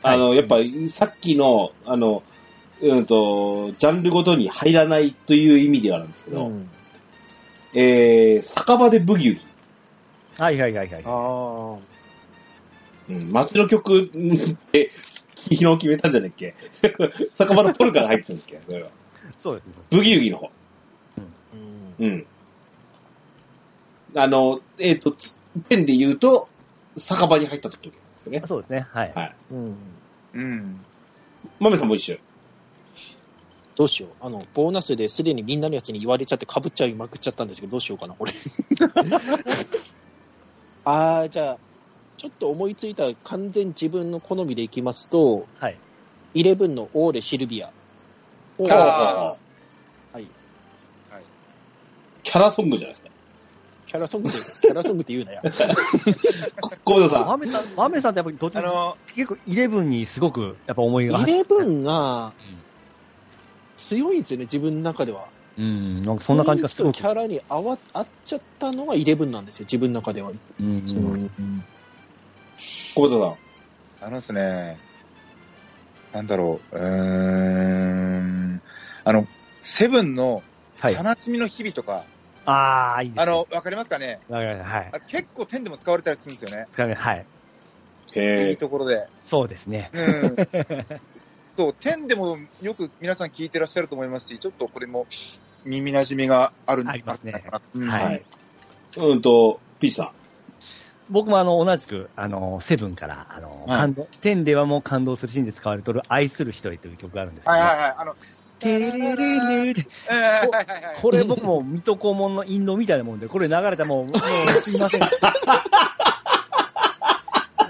Speaker 1: あの、やっぱ、さっきの、あの、うんと、ジャンルごとに入らないという意味ではなんですけど、
Speaker 4: うん
Speaker 1: えー、酒場でブギウギ。
Speaker 2: はいはいはいはい。
Speaker 4: あ
Speaker 1: うん、街の曲 って、昨日決めたんじゃねっけ 酒場のポルカが入ってたんですっけそれは
Speaker 2: そうですね。
Speaker 1: ブギウギの方。
Speaker 4: あ、うん
Speaker 1: うん。あの、えっ、と、つ点で言うと、酒場に入った時なんですよね。
Speaker 2: そうですね。はい。
Speaker 1: はい
Speaker 4: うん。
Speaker 3: うん。
Speaker 1: マメさんも一緒。
Speaker 4: どうしよう。あの、ボーナスですでにみんなのやつに言われちゃって被っちゃいまくっちゃったんですけど、どうしようかな、これ。 あー、じゃあ、ちょっと思いついた完全自分の好みでいきますと、
Speaker 2: はい。
Speaker 4: イレブンのオーレ・シルビア。
Speaker 3: あ
Speaker 4: はい。
Speaker 1: キャラソングじゃないですか。
Speaker 4: キャラソングって、キャラソングって言うなや。
Speaker 1: 小宮さん。
Speaker 2: マメさん、マメさんってやっぱりどっち
Speaker 3: あ
Speaker 2: も
Speaker 3: の、
Speaker 2: 結構イレブンにすごくやっぱ思いが
Speaker 4: イレブンが強いんですよね、自分の中では。
Speaker 2: うん、なんかそんな感じがすごく
Speaker 4: キ。ャラに合わ合っちゃったのがイレブンなんですよ、自分の中では。
Speaker 2: うんうん
Speaker 1: 小宮さん。
Speaker 3: あのですね、なんだろう、うーん、あの、セブンの
Speaker 2: はい。
Speaker 3: 悲しみの日々とか、
Speaker 2: ああ、いいですね。
Speaker 3: あの、わかりますかね
Speaker 2: わかりました、はい
Speaker 3: あ。れ結構点でも使われたりするんですよね。
Speaker 2: つかめはい。
Speaker 1: へ
Speaker 3: いいところで。
Speaker 2: そうですね。
Speaker 3: うん。そう、点でもよく皆さん聞いてらっしゃると思いますし、ちょっとこれも耳馴染みがあるん
Speaker 2: ありますね
Speaker 3: あったかなうん
Speaker 1: え。
Speaker 2: は
Speaker 1: はいい。うんと、ピーチさん。
Speaker 2: 僕もあの、同じく、あの、セブンから、あの、
Speaker 3: はい
Speaker 2: 感動、天ではもう感動するシーンで使われてる、愛する人へという曲があるんですけど、
Speaker 3: はいはいはい。あの、
Speaker 2: テレレレレ
Speaker 3: えーはいはいはい
Speaker 2: これ僕も水戸黄門の印籠みたいなもんで、これ流れたらもう、もうすいません。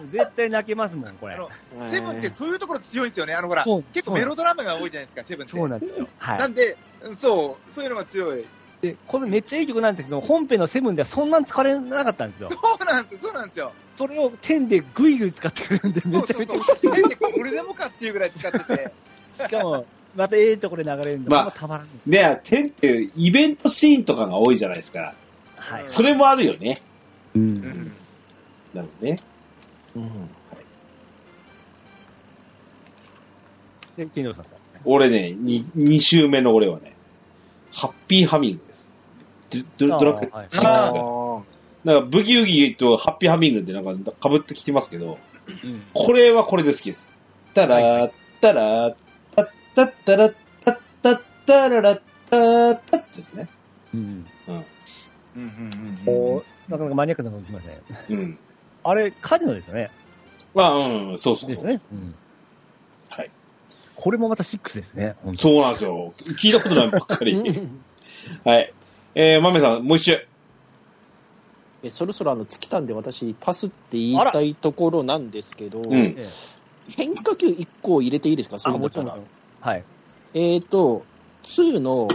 Speaker 2: 絶対泣けますもん、これ
Speaker 3: あ。のセブンってそういうところ強いんですよね。あの、ほら、
Speaker 2: そう
Speaker 3: 結構メロドラマが多いじゃないですか、セブンって。
Speaker 2: そうなんですよ。はい
Speaker 3: な。んで、そう、そういうのが強い。
Speaker 2: で、これめっちゃいい曲なんですけど、本編のセブンではそんなに使われなかったんですよ
Speaker 3: そ。うなんですよ、そうなんですよ。
Speaker 2: それを天でグイグイ使ってくるんで、め
Speaker 3: そう
Speaker 2: ちゃ
Speaker 3: そ
Speaker 2: め
Speaker 3: う
Speaker 2: ちゃ
Speaker 3: そう。10でこれでもかっていうぐらい使ってて。
Speaker 2: しかも、またええとこで流れるんで、
Speaker 1: まあ
Speaker 2: あんまたまらない。
Speaker 1: ねえ、天ってイベントシーンとかが多いじゃないですか。
Speaker 2: はい。
Speaker 1: それもあるよね。
Speaker 2: う。
Speaker 3: うんん。
Speaker 1: なるほどね。
Speaker 4: うん
Speaker 2: で、金城さん。
Speaker 1: 俺ね、に二週目の俺はね、ハッピーハミングです。ドドドラクエ
Speaker 2: あーはい
Speaker 1: シックスがなんか、ブギウギとハッピーハミングってなんか被ってきてますけど、これはこれで好きです。たらー、たらー、たったったら、たったったららったったってですね。
Speaker 2: うん。
Speaker 1: うん。
Speaker 3: うんうんうんうん
Speaker 2: こう、なかなかマニアックなの来ますね。
Speaker 1: うん。
Speaker 2: あれ、カジノですよね。
Speaker 1: まあ、うん、そうそうそう。
Speaker 2: ですね。うん。
Speaker 1: はい。
Speaker 2: これもまた6ですね。本当
Speaker 1: そうなんですよ。聞いたことないばっか
Speaker 4: う
Speaker 1: り。
Speaker 4: ん
Speaker 1: はい。えー、まめさん、もう一周。
Speaker 4: えそろそろあの尽きたんで私パスって言いたいところなんですけど、
Speaker 1: うん。
Speaker 2: ええ
Speaker 4: 変化球1個入れていいですかそ
Speaker 2: あ、
Speaker 4: れだ
Speaker 2: も
Speaker 4: っ
Speaker 2: ち
Speaker 4: た
Speaker 2: ろん
Speaker 4: ら
Speaker 2: ですよ。はい。
Speaker 4: えっ、ー、と2の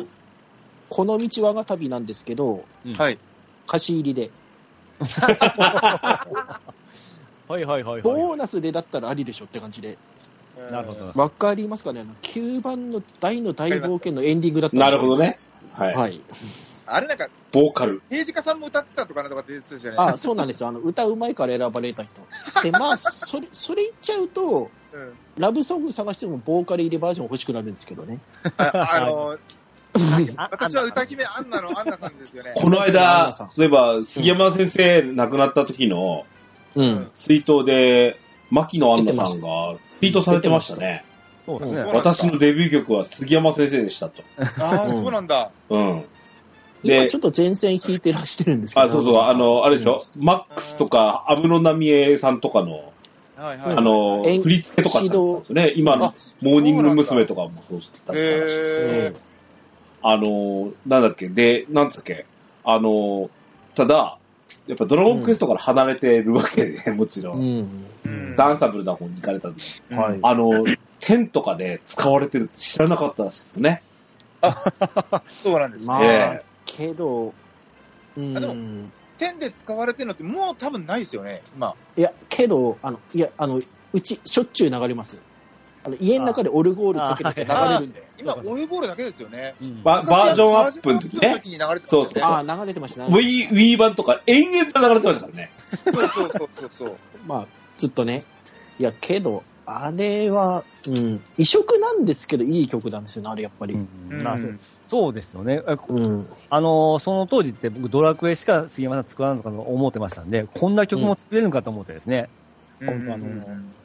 Speaker 4: 「この道我が旅」なんですけど
Speaker 3: はい。
Speaker 4: 貸し入りで
Speaker 2: はいはいはいはい。
Speaker 4: ボーナスでだったらありでしょって感じで
Speaker 2: なるほど。
Speaker 4: わかりますかねあの9番の大の大冒険のエンディングだったんで
Speaker 1: な
Speaker 4: す
Speaker 1: るほどね。はい。
Speaker 4: はい
Speaker 3: あれなんか、
Speaker 1: ボーカル。
Speaker 3: 刑事家さんも歌ってたとかなんとかって言ってたですよね。
Speaker 4: あそうなんですよあの歌うまいから選ばれた人でまあそれそれ言っちゃうと
Speaker 3: うん
Speaker 4: ラブソング探してもボーカル入りバージョン欲しくなるんですけどね
Speaker 3: ああの、
Speaker 2: あ
Speaker 3: 私は歌姫アンナのアンナさんですよね。
Speaker 1: この間、そういえば、杉山先生亡くなった時の
Speaker 4: うん
Speaker 1: ツイートで、牧野アンナさんがツイートされてましたね。
Speaker 2: そうですね。
Speaker 3: 出てました
Speaker 1: 私のデビュー曲は杉山先生でしたと。
Speaker 3: ああ、そうなんだ。
Speaker 1: うん。
Speaker 4: 今
Speaker 1: で
Speaker 4: ちょ、っと前線引いてらしてるんですけど。
Speaker 1: あ、そうそう、あの、あれでしょ、マックスとか、安室奈美恵さんとかの、
Speaker 3: はいはい。
Speaker 1: あの、
Speaker 4: 演
Speaker 1: 振り付けとかされてたんですよね。今の
Speaker 3: あ、
Speaker 1: モーニング娘。とかもそうしてたりとかして
Speaker 3: へー
Speaker 1: あの、なんだっけ、で、なんつったっけ、あの、ただ、やっぱドラゴンクエストから離れてるわけで、もちろ。
Speaker 4: うんん。
Speaker 3: うん
Speaker 1: ダンサブルな方に行かれたんで、
Speaker 3: はい。
Speaker 1: あの、天とかで使われてるって知らなかったらしいですね。
Speaker 3: そうなんです。
Speaker 4: まあ、
Speaker 1: え
Speaker 4: けど、うん
Speaker 3: あでも点で使われてるのってもう多分ないですよね。ま
Speaker 4: いや、けど、あの、いや、あの、うち、しょっちゅう流れます。あの家の中でオルゴールかけて流れるんで
Speaker 3: あ。、今、オルゴールだけですよね。
Speaker 2: うん
Speaker 1: ババージョンアップの時ね。
Speaker 3: バージョンアップの時に流れて
Speaker 1: そう
Speaker 3: ま
Speaker 1: そ
Speaker 3: し
Speaker 1: う
Speaker 3: た
Speaker 4: あ
Speaker 3: よね。
Speaker 4: あ、流れてました、
Speaker 1: ウ
Speaker 4: 流れて
Speaker 1: ィー、ウィー版とか延々と流れてましたからね。
Speaker 3: そうそうそうそうそう。
Speaker 4: ましたまあ、ずっとね。いや、けど、あれは、うん、異色なんですけど、いい曲なんですよね、あれやっぱり。
Speaker 3: うん
Speaker 2: まあそうそうですよね。え
Speaker 4: うん。
Speaker 2: あのーその当時って僕ドラクエしか杉山さん作らんのかと思ってましたんで、こんな曲も作れるのかと思ってですね。
Speaker 3: うん
Speaker 4: あの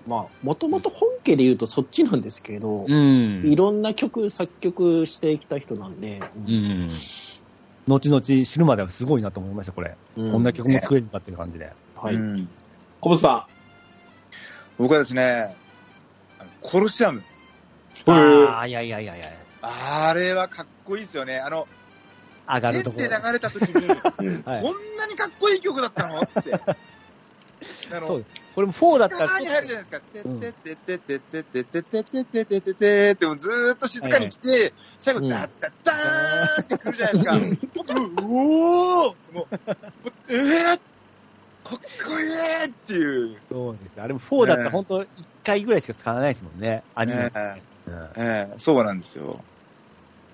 Speaker 4: まあ、もともと本家で言うとそっちなんですけど、
Speaker 2: ん
Speaker 4: いろんな曲、作曲してきた人なんで、
Speaker 2: うん。後々死ぬまではすごいなと思いました、これ。
Speaker 4: うん
Speaker 2: こんな曲も作れるのかっていう感じで。
Speaker 4: はい。
Speaker 3: うん
Speaker 1: 小本さ
Speaker 3: 僕はですね、あのコロシアム。
Speaker 1: ん。
Speaker 2: ああ、いやいやいやいや。
Speaker 3: あれはかっこいいですよね。あの、
Speaker 2: 上が
Speaker 3: 線
Speaker 2: るとこ
Speaker 3: で
Speaker 2: ろ。
Speaker 3: 流れた時に、
Speaker 1: うん
Speaker 2: はい
Speaker 3: こんなにかっこいい曲だったのって。
Speaker 2: そう
Speaker 3: あの、
Speaker 2: です。これも4だった
Speaker 3: カ
Speaker 2: ら
Speaker 3: ラー
Speaker 2: ち
Speaker 3: に
Speaker 2: ょっ
Speaker 3: 入るじゃないですか。てってってってってってってってってってってってって、もうずーっと静かに来て、最後、ダッダッダーンって来るじゃないですか。うおーもう、えぇかっこいいっていう。
Speaker 2: とそうです。あれも4だったら
Speaker 3: ね
Speaker 2: 本当1回ぐらいしか使わないですもんね、アニメって。
Speaker 3: ね
Speaker 2: うん
Speaker 3: ええ、そうなんですよ。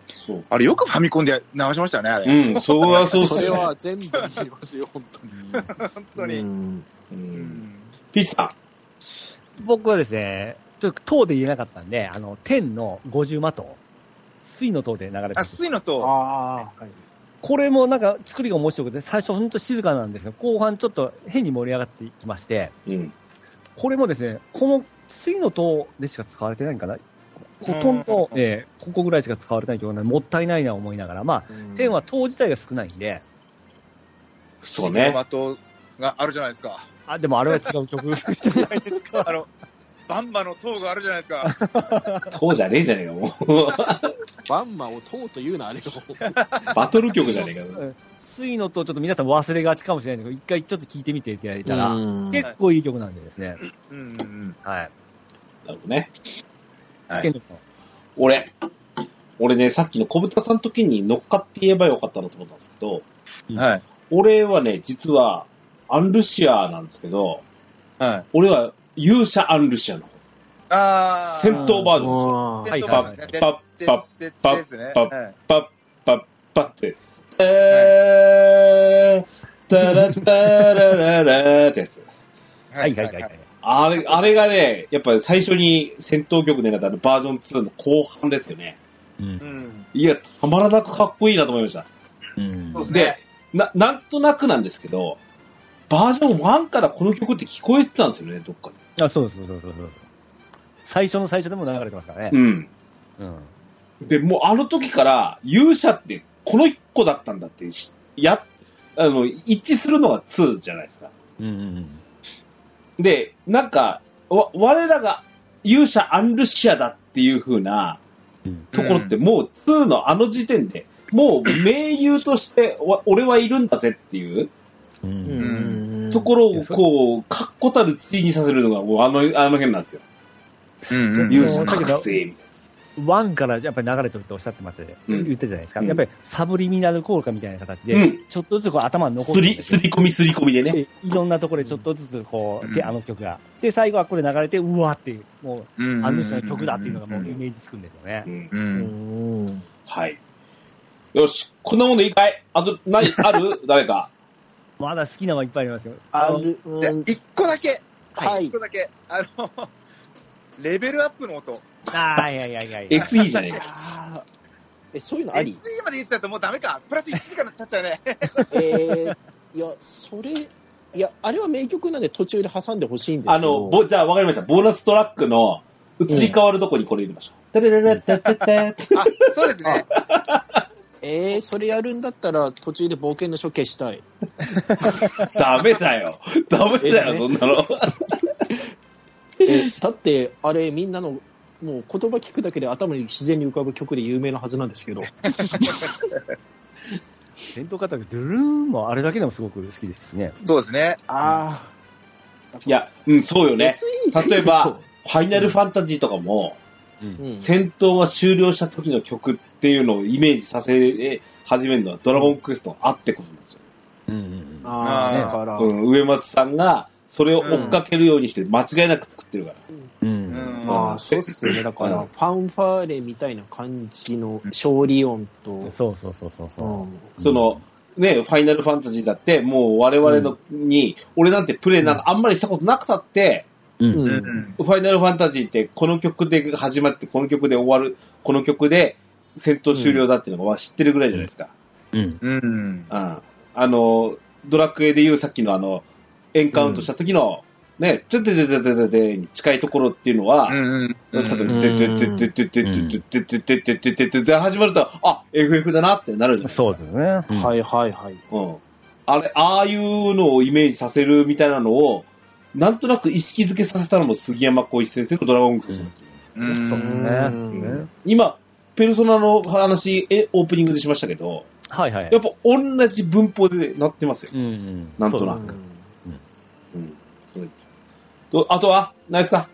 Speaker 1: そう。
Speaker 3: あれ、よくファミコンで流しましたよね、あれ。
Speaker 1: うん、それはそうっ
Speaker 4: そ
Speaker 1: す
Speaker 4: れ
Speaker 1: よ
Speaker 4: は
Speaker 1: ね。
Speaker 4: 全部言いますよ、本
Speaker 3: 本
Speaker 4: 当
Speaker 3: 当
Speaker 4: に。
Speaker 3: に。
Speaker 1: う
Speaker 3: うんん
Speaker 1: ピッツさ
Speaker 2: 僕はですね、ちょっと塔で言えなかったんで、あの、天の50マト、水の塔で流れて
Speaker 3: あ、
Speaker 2: ます。
Speaker 3: 水野と、
Speaker 4: ああ、はい。
Speaker 2: これもなんか作りが面白くて、最初本当静かなんですが、後半ちょっと変に盛り上がってきまして、
Speaker 1: ん。うん。
Speaker 2: これもですね、この水の塔でしか使われてないんかなほとんど、
Speaker 3: うん
Speaker 2: えーここぐらいしか使われてないけど、もったいないな思いながら、まあ、天は塔自体が少ないんで、
Speaker 1: そう
Speaker 3: ト
Speaker 1: ね。
Speaker 3: マトがあるじゃないですか。
Speaker 2: あ、でもあれは違う 曲じゃないですか。
Speaker 3: あの、バンバの塔があるじゃないですか。
Speaker 1: そうじゃねえじゃねえか、もう。
Speaker 4: バンマを問うというな、あれを。
Speaker 1: バトル曲じゃねえか。
Speaker 2: うん水の塔ちょっと皆さん忘れがちかもしれないんだけど、一回ちょっと聞いてみていただいたら、
Speaker 4: うん
Speaker 2: 結構いい曲なんでですね。
Speaker 3: うんうんうん。
Speaker 2: はい。
Speaker 1: なるほどね。
Speaker 3: はい
Speaker 2: 剣の塔
Speaker 1: 俺、俺ね、さっきの小豚さんの時に乗っかって言えばよかったなと思ったんですけど、
Speaker 3: はい。
Speaker 1: 俺はね、実は、アンルシアなんですけど、
Speaker 3: はい。
Speaker 1: 俺は勇者アンルシアの方。
Speaker 3: あー。
Speaker 1: 戦闘バージョン
Speaker 4: あ
Speaker 2: はい
Speaker 3: 戦闘バージョンですね。
Speaker 1: パッ
Speaker 3: でで
Speaker 1: パッ
Speaker 3: でですね。
Speaker 1: パッ
Speaker 3: はい
Speaker 1: パッパッパッって。えー、タラッタラララーってやつ。
Speaker 2: はいはいはいはい。
Speaker 1: あれ、あれがね、やっぱり最初に戦闘曲でなったあのバージョン2の後半ですよね。
Speaker 3: うん。
Speaker 1: いや、たまらなくかっこいいなと思いました。
Speaker 3: そうです
Speaker 1: で
Speaker 3: ね。、
Speaker 1: な、なんとなくなんですけど、バージョン1からこの曲って聞こえてたんですよね、どっかに。
Speaker 2: あ、そうそうそうそうそう。最初の最初でも流れてますからね。
Speaker 1: うん。
Speaker 2: うん。
Speaker 1: で、もうあの時から勇者ってこの一個だったんだってし、や、あの、一致するのが2じゃないですか。
Speaker 2: うんうん
Speaker 1: で、なんか、わ、我らが勇者アンルシアだっていう風な
Speaker 2: うん。
Speaker 1: ところってもう2のあの時点で、もう盟友としてわ俺はいるんだぜっていう
Speaker 2: う。
Speaker 4: うんん
Speaker 1: ところ
Speaker 2: い
Speaker 1: を
Speaker 2: やそ
Speaker 1: こう、確固たる地位にさせるのがもうあの、あの辺なんですよ。
Speaker 3: うんうん
Speaker 1: 勇
Speaker 2: そ
Speaker 1: 者
Speaker 2: うだけど
Speaker 1: 覚醒みたい
Speaker 2: ワンからやっぱり流れてるっておっしゃってます、
Speaker 1: うん
Speaker 2: 言ってたじゃないですか、
Speaker 1: うん
Speaker 2: やっぱりサブリミナル効果みたいな形で、
Speaker 1: うん
Speaker 2: ちょっとずつこう頭に
Speaker 1: な。
Speaker 2: 残っ
Speaker 1: す
Speaker 2: て
Speaker 1: り、すり込みすり込みでね。
Speaker 2: えいろんなところでちょっとずつこう、
Speaker 3: うん
Speaker 2: で、あの曲が。で、最後はこれ流れて、うわっていう、もう、
Speaker 3: うんうん
Speaker 2: あの人の曲だっていうのがもうイメージつくんですよね
Speaker 1: う。ん
Speaker 3: う。
Speaker 4: うんん。
Speaker 1: はい。よし、こんなもんでいいかいあと、ない、あ る誰か。
Speaker 2: まだ好きなのはいっぱいありますよ。
Speaker 4: あ
Speaker 2: の
Speaker 4: る、
Speaker 3: で
Speaker 4: うん、
Speaker 3: 一個だけ、
Speaker 4: は
Speaker 3: 一
Speaker 4: い
Speaker 3: 個。だけ、あの、レベルアップの音。
Speaker 2: あーいやいやいやいや。
Speaker 1: SE じゃねえか。
Speaker 4: あーえ、そういうのあり
Speaker 3: SE まで言っちゃうともうダメか。プラス1時間経っちゃうね。
Speaker 4: えー、いや、それ、いや、あれは名曲なんで途中で挟んでほしいんですけど。
Speaker 1: あの、ぼ、じゃあわかりました。ボーナストラックの移り変わるとこにこれ入れましょう。テレレレテテテ
Speaker 3: あ、そうですね。
Speaker 4: えー、それやるんだったら途中で冒険の書消したい。
Speaker 1: ダメだよ。ダメだよ、そんなの。
Speaker 4: えだって、あれみんなの、もう言葉聞くだけで頭に自然に浮かぶ曲で有名なはずなんですけど。
Speaker 2: 戦闘方がドゥルーンもあれだけでもすごく好きですしね。
Speaker 3: そうですね。
Speaker 4: あ
Speaker 1: いや、うん、そうよね。
Speaker 4: SE
Speaker 1: 例えば、ファイナルファンタジーとかも、
Speaker 4: あ、うん、
Speaker 1: 戦闘が終了した時の曲っていうのをイメージさせ始めるのはドラゴンクエストのあってことなんですよ。
Speaker 2: うんうんうん。
Speaker 4: あー
Speaker 3: あー
Speaker 4: だから、
Speaker 1: うん、上松さんが、それを追っかけるようにして間違いなく作ってるから。
Speaker 2: う。
Speaker 3: うんん。
Speaker 4: まあ、そうっすね。だから、
Speaker 1: うん
Speaker 4: ファンファーレみたいな感じの勝利音と、
Speaker 2: そうそうそうそうそう。
Speaker 4: うん
Speaker 1: その、ね、ファイナルファンタジーだって、もう我々のに、俺なんてプレイなんかあんまりしたことなくたって、
Speaker 2: う。
Speaker 4: うん。
Speaker 3: うんん。
Speaker 1: ファイナルファンタジーって、この曲で始まって、この曲で終わる、この曲で戦闘終了だっていうのが知ってるぐらいじゃないですか。
Speaker 2: うん。
Speaker 3: う
Speaker 1: う
Speaker 3: ん。
Speaker 1: ん。あの、ドラクエでいうさっきのあの、エンカウントした時の、ね、ちょててててててに近いところっていうのは、
Speaker 3: うん。
Speaker 1: 例えば、ててててててててててててて始まると、あ、FF だなってなるじゃないですか。
Speaker 2: そうですね。
Speaker 4: はいはいはい。
Speaker 1: うん。あれ、ああいうのをイメージさせるみたいなのを、なんとなく意識づけさせたのも杉山浩一先生のドラゴンクエストだと思うんですよ
Speaker 2: そ
Speaker 3: うん。
Speaker 2: うですね。
Speaker 4: うん
Speaker 2: ね
Speaker 1: 今、ペルソナの話、え、オープニングでしましたけど、
Speaker 2: はいはい
Speaker 1: や。っぱ同じ文法でなってますよ。
Speaker 2: うんうん。
Speaker 1: なんとなく
Speaker 2: そうです
Speaker 4: う
Speaker 2: ね
Speaker 4: ん
Speaker 1: うん。とあとは、ナイスさ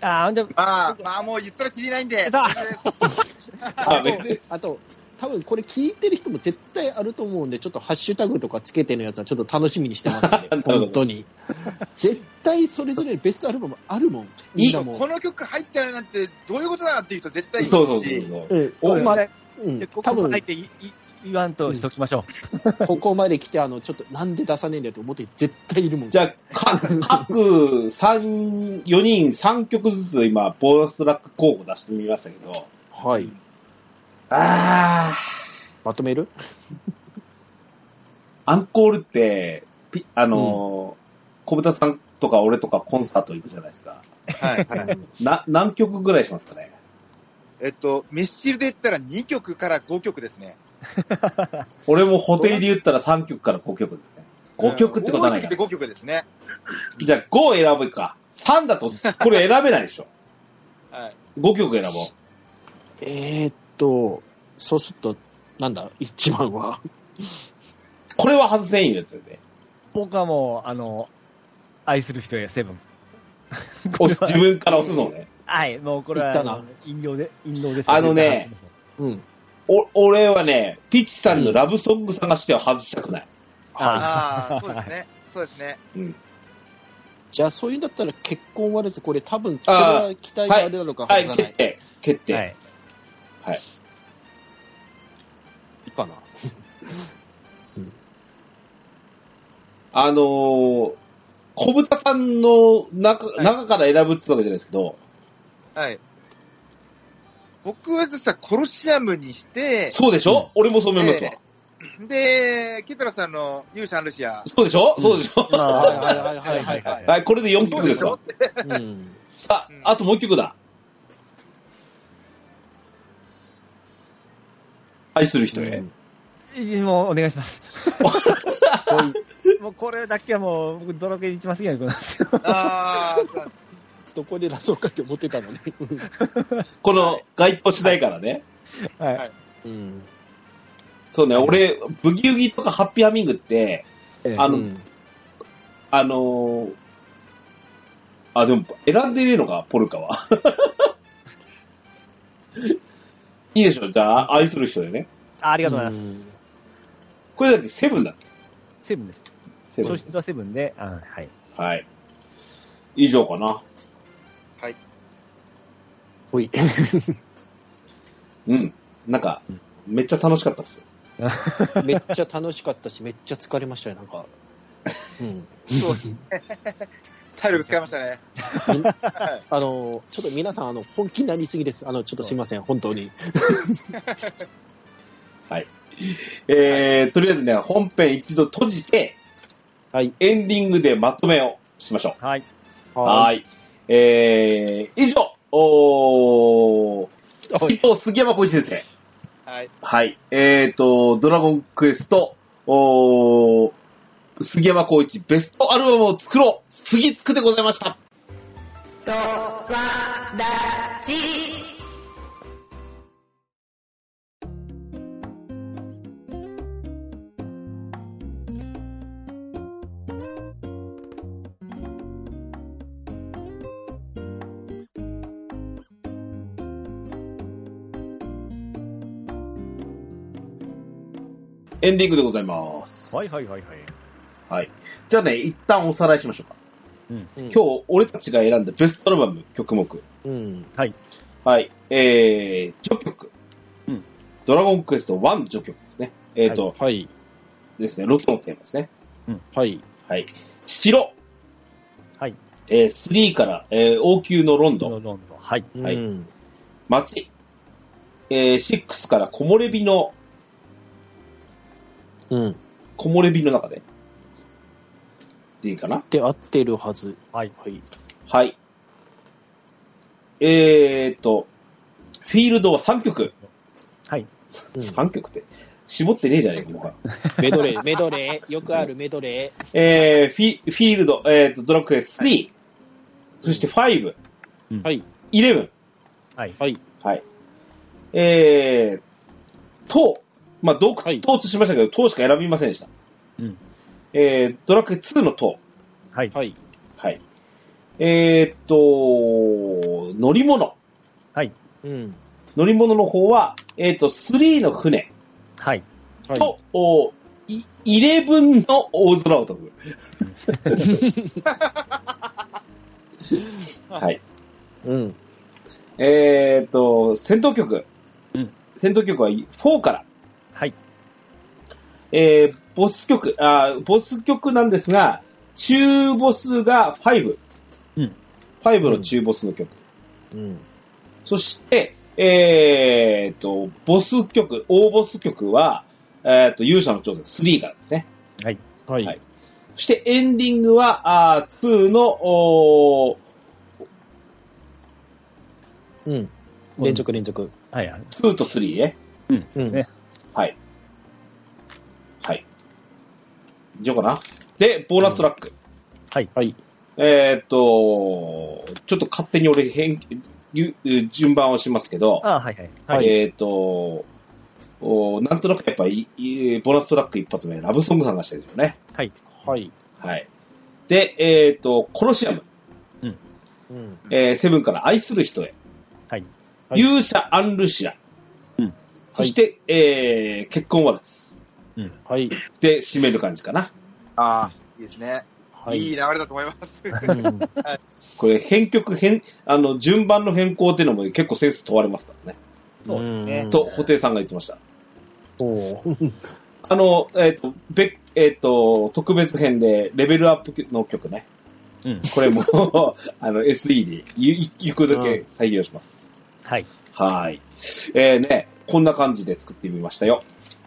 Speaker 2: ああ、じゃ
Speaker 3: まあ、まあもう言ったらきりないんで。
Speaker 2: さあ
Speaker 1: あ
Speaker 4: あ
Speaker 1: 別に
Speaker 4: と、あと、多分これ聞いてる人も絶対あると思うんで、ちょっとハッシュタグとかつけてのやつはちょっと楽しみにしてますね
Speaker 1: なるほど
Speaker 4: 本当に。絶対それぞれベストアルバムあるもん。みんなもう
Speaker 3: この曲入ってないなんて、どういうことだっていう人絶対いるし。
Speaker 1: そうそうそうそう。
Speaker 4: うん
Speaker 2: お
Speaker 4: まあ
Speaker 2: じゃ
Speaker 4: うん
Speaker 2: あこ
Speaker 4: 多
Speaker 2: こも
Speaker 4: 分
Speaker 2: 入っていい言わんとしときましょ
Speaker 4: ここまで来て、あの、ちょっとなんで出さねえんだよって思ってる人絶対いるもん。
Speaker 1: じゃあ、か各三4人3曲ずつ今、ボーナストラック候補出してみましたけど、
Speaker 4: はい。
Speaker 1: あー、
Speaker 4: まとめる
Speaker 1: アンコールって、ピあのー、小豚さんとか俺とかコンサート行くじゃないですか。
Speaker 3: はいはい。
Speaker 1: な、何曲ぐらいしますかね
Speaker 3: えっと、ミスチルで言ったら2曲から5曲ですね。
Speaker 1: 俺も補定で言ったら3曲から5曲ですね。5曲ってことはない
Speaker 3: うん多
Speaker 1: か
Speaker 3: い時で5曲ですね。
Speaker 1: じゃあ5を選ぶか。3だと、これ選べないでしょ。
Speaker 3: はい。
Speaker 1: 5曲選
Speaker 4: えー、っと、そうすると、なんだ、一番
Speaker 1: ぼう。
Speaker 4: は。
Speaker 1: これは外せんよ、やつで。
Speaker 2: う。僕はもう、あの、愛する人やセブン。
Speaker 1: 押し自分から押すのね。
Speaker 2: はい、もうこれ
Speaker 4: 言
Speaker 2: は、
Speaker 4: ったな
Speaker 2: あの引用で、引用です、
Speaker 1: あのね、
Speaker 4: うん。
Speaker 1: お、俺はね、ピッチさんのラブソング探しては外したくない。
Speaker 2: あ
Speaker 3: ああ、そうですね。そうですね。
Speaker 4: じゃあ、そういうんだったら結婚はですね、これ多分、期
Speaker 1: あ
Speaker 4: 待があれなのか
Speaker 1: は
Speaker 4: 外
Speaker 1: い、
Speaker 4: さない。
Speaker 1: 決定。決定。
Speaker 2: は
Speaker 1: はい。
Speaker 2: い。
Speaker 4: いいかな。
Speaker 1: あのー、小豚さんの中、中から選ぶってわけじゃないですけど、
Speaker 3: はい。僕は実はコロシアムにして、
Speaker 1: そうでしょ、俺もそう思いますわ。
Speaker 3: えで、ケトラさんの勇者アンルシア。
Speaker 1: そうでしょそうでしょ、
Speaker 2: まあ
Speaker 4: はいはいはいはい
Speaker 2: は
Speaker 1: はい、これで4曲ですわ。
Speaker 4: うん。
Speaker 1: さあ、あともう1曲だ。愛する人へ。
Speaker 2: い。もうお願いします。 もうこれだけはもう、僕、ドラケン一番好きな曲なんですよ。
Speaker 3: ああ、そうなんです
Speaker 4: どこで出そうかって思ってたのね。
Speaker 1: この該当しないからね。
Speaker 2: はい。
Speaker 3: はい
Speaker 4: うん。
Speaker 1: そうね、俺、ブギウギとかハッピーハミングって、あの
Speaker 4: うん
Speaker 1: あのーあ、でも、選んでいねえのか、ポルカは。 いいでしょじゃあ、愛する人でね。
Speaker 2: あありがとうございます。
Speaker 4: うん
Speaker 1: これだってセブンだっ
Speaker 2: セブンです。
Speaker 1: けセブ
Speaker 2: 消
Speaker 1: ン。
Speaker 2: 失はセブンで、あはい。
Speaker 1: はい。以上かな。
Speaker 4: ほい。
Speaker 1: うん。なんか、めっちゃ楽しかったっすよ。
Speaker 4: めっちゃ楽しかったし、めっちゃ疲れましたよ、なんか。うん。
Speaker 3: 体力使いましたね。はい
Speaker 4: あの、ちょっと皆さん、あの、本気になりすぎです。あの、ちょっとすいません、本当に。
Speaker 1: えー、とりあえずね、本編一度閉じて、
Speaker 4: はい。
Speaker 1: エンディングでまとめをしましょ
Speaker 2: はい。
Speaker 1: う。はーい。えー、以上、おー、伊藤杉山浩一先生。
Speaker 3: はい。
Speaker 1: はい。えーと、ドラゴンクエスト、おー杉山浩一ベストアルバムを作ろう杉つくでございました
Speaker 5: とわらじ。
Speaker 1: エンディングでございます。
Speaker 2: はいはいはいはい。
Speaker 1: はい。じゃあね、一旦おさらいしましょうか。今
Speaker 4: 今
Speaker 1: 日、俺たちが選んだベストアルバム、曲目。
Speaker 4: うん。
Speaker 1: はい。えー、序曲。
Speaker 2: うん
Speaker 1: ドラゴンクエスト1序曲ですね。えーと、
Speaker 4: はい。
Speaker 1: ですね、ロキのテーマですね。
Speaker 4: はい。
Speaker 1: はい。白。
Speaker 2: はい。
Speaker 1: えー、3から、えー、王宮のロンドン
Speaker 2: ロ。ンドンのはい。
Speaker 4: うん
Speaker 1: はい街。えー、6から木漏れ日の、
Speaker 4: うん。
Speaker 1: 木漏れ日の中で。でいいかな
Speaker 4: で、合ってるはず。
Speaker 2: はい。
Speaker 4: はい。
Speaker 1: はい。えーと、フィールドは3曲。
Speaker 2: はい。
Speaker 4: うん
Speaker 1: 3曲って。絞ってねえじゃねえか、もう
Speaker 4: メドレー、メドレー。よくあるメドレー。
Speaker 1: えー、フィフィールド、えーと、ドラクエ3、そして5、
Speaker 2: うん
Speaker 4: はい、
Speaker 1: 11、
Speaker 2: はい。
Speaker 4: はい。
Speaker 1: はい。えー、と、まあ、洞窟、ととしましたけど、としか選びませんでした。
Speaker 2: うん。
Speaker 1: えー、ドラクエ2のと、
Speaker 2: はい。
Speaker 4: はい。
Speaker 1: はい。えー、っと、乗り物。
Speaker 2: はい。
Speaker 4: うん。
Speaker 1: 乗り物の方は、えー、っと、3の船
Speaker 2: はい。
Speaker 4: はい。
Speaker 1: と、おい11の大空を飛ぶ。はい。
Speaker 4: うん。
Speaker 1: えー、っと、戦闘曲。
Speaker 2: うん
Speaker 1: 戦闘曲は4から。
Speaker 2: はい。
Speaker 1: えー、ボス曲、あーボス曲なんですが、中ボスが5。
Speaker 2: うん。
Speaker 1: 5の中ボスの曲。
Speaker 4: うん。
Speaker 1: そして、えー、と、ボス曲、大ボス曲は、えー、と、勇者の挑戦3からですね。
Speaker 2: はい。
Speaker 4: はい。
Speaker 1: はいそしてエンディングは、あー2の、おー
Speaker 4: うん。連続連続。
Speaker 2: はい。はい。
Speaker 1: 2と3ね。
Speaker 2: うん。
Speaker 4: うん。
Speaker 2: ね
Speaker 1: はい。はい。以上かな。で、ボーナストラック。
Speaker 2: はい。
Speaker 4: はい。
Speaker 1: えー、と、ちょっと勝手に俺変、ゆ順番をしますけど、
Speaker 2: あはい。はい。はい。
Speaker 1: えー、と、おなんとなくやっぱり、いボーナストラック一発目、ラブソング探してるんですよね。
Speaker 2: はい。
Speaker 4: はい。
Speaker 1: はい。で、えっ、と、コロシアム、
Speaker 4: うん。
Speaker 1: えーセブンから愛する人へ、
Speaker 2: はい。
Speaker 4: はい
Speaker 1: 勇者アンルシア、
Speaker 2: うん
Speaker 1: そして、えー結婚ワルツ
Speaker 2: うん。
Speaker 4: はい。
Speaker 1: で締める感じかな。
Speaker 3: ああ、いいですね。、
Speaker 4: はい
Speaker 3: い
Speaker 4: い。
Speaker 3: 流れだと思います。
Speaker 4: うん
Speaker 1: これ、編曲、編、あの、順番の変更っていうのも結構センス問われますからね。
Speaker 2: そうです
Speaker 4: う
Speaker 2: ね
Speaker 4: ん。
Speaker 1: と、布袋さんが言ってました。
Speaker 4: おー
Speaker 1: あの、えっ、と、べ、えっ、と、特別編で、レベルアップの曲ね。
Speaker 2: うん。
Speaker 1: これも、 あの、SE で一曲だけ採用します。
Speaker 2: はい。
Speaker 1: はい。えー、ね、こんな感じで作ってみましたよ。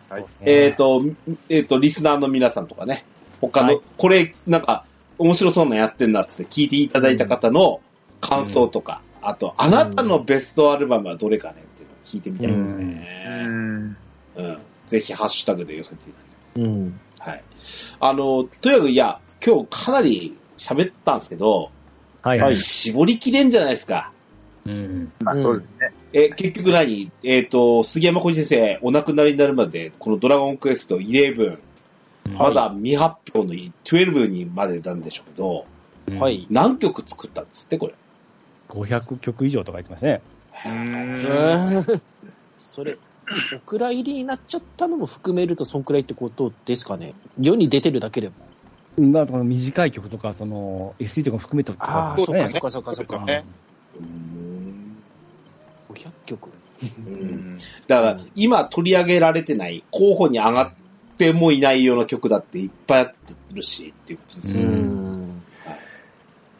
Speaker 3: はい
Speaker 2: そうですね
Speaker 1: えっ、と、えっ、と、リスナーの皆さんとかね、他の、
Speaker 2: はい
Speaker 1: これ、なんか、面白そうなやってんなっつって聞いていただいた方の感想とか、あと、あなたのベストアルバムはどれかねっていうのを聞いてみたいですね。
Speaker 3: ん。
Speaker 1: うん。ぜひ、ハッシュタグで寄せていただ
Speaker 4: うん。
Speaker 1: きたい。はい。あの、とにかく、いや、今日かなり喋ったんですけど、
Speaker 2: はい。はい。
Speaker 1: 絞りきれんじゃないですか。
Speaker 2: うん。
Speaker 3: まあそうですね。
Speaker 1: え、結局何えっ、と、杉山小路先生、お亡くなりになるまで、このドラゴンクエスト11、まだ未発表の12にまでなんでしょうけど、
Speaker 2: うん
Speaker 4: は。い。
Speaker 1: 何曲作ったんですって、これ。
Speaker 2: 500曲以上とか言ってますね。
Speaker 3: う。
Speaker 4: うんんそれ、お蔵入りになっちゃったのも含めると、そんくらいってことですかね。世に出てるだけでも。
Speaker 2: まあ、この短い曲とか、その、SE とか含めてと
Speaker 4: あ
Speaker 2: か
Speaker 4: あ、
Speaker 2: で
Speaker 4: そ
Speaker 2: す
Speaker 4: っ
Speaker 2: ね
Speaker 4: かそっかそっかそっか。
Speaker 3: ね
Speaker 1: うーん
Speaker 4: 500曲。
Speaker 1: うんだから、今取り上げられてない、候補に上がってもいないような曲だっていっぱいあってるし、っていうことですよ
Speaker 2: う
Speaker 1: ね。
Speaker 2: い
Speaker 4: ん。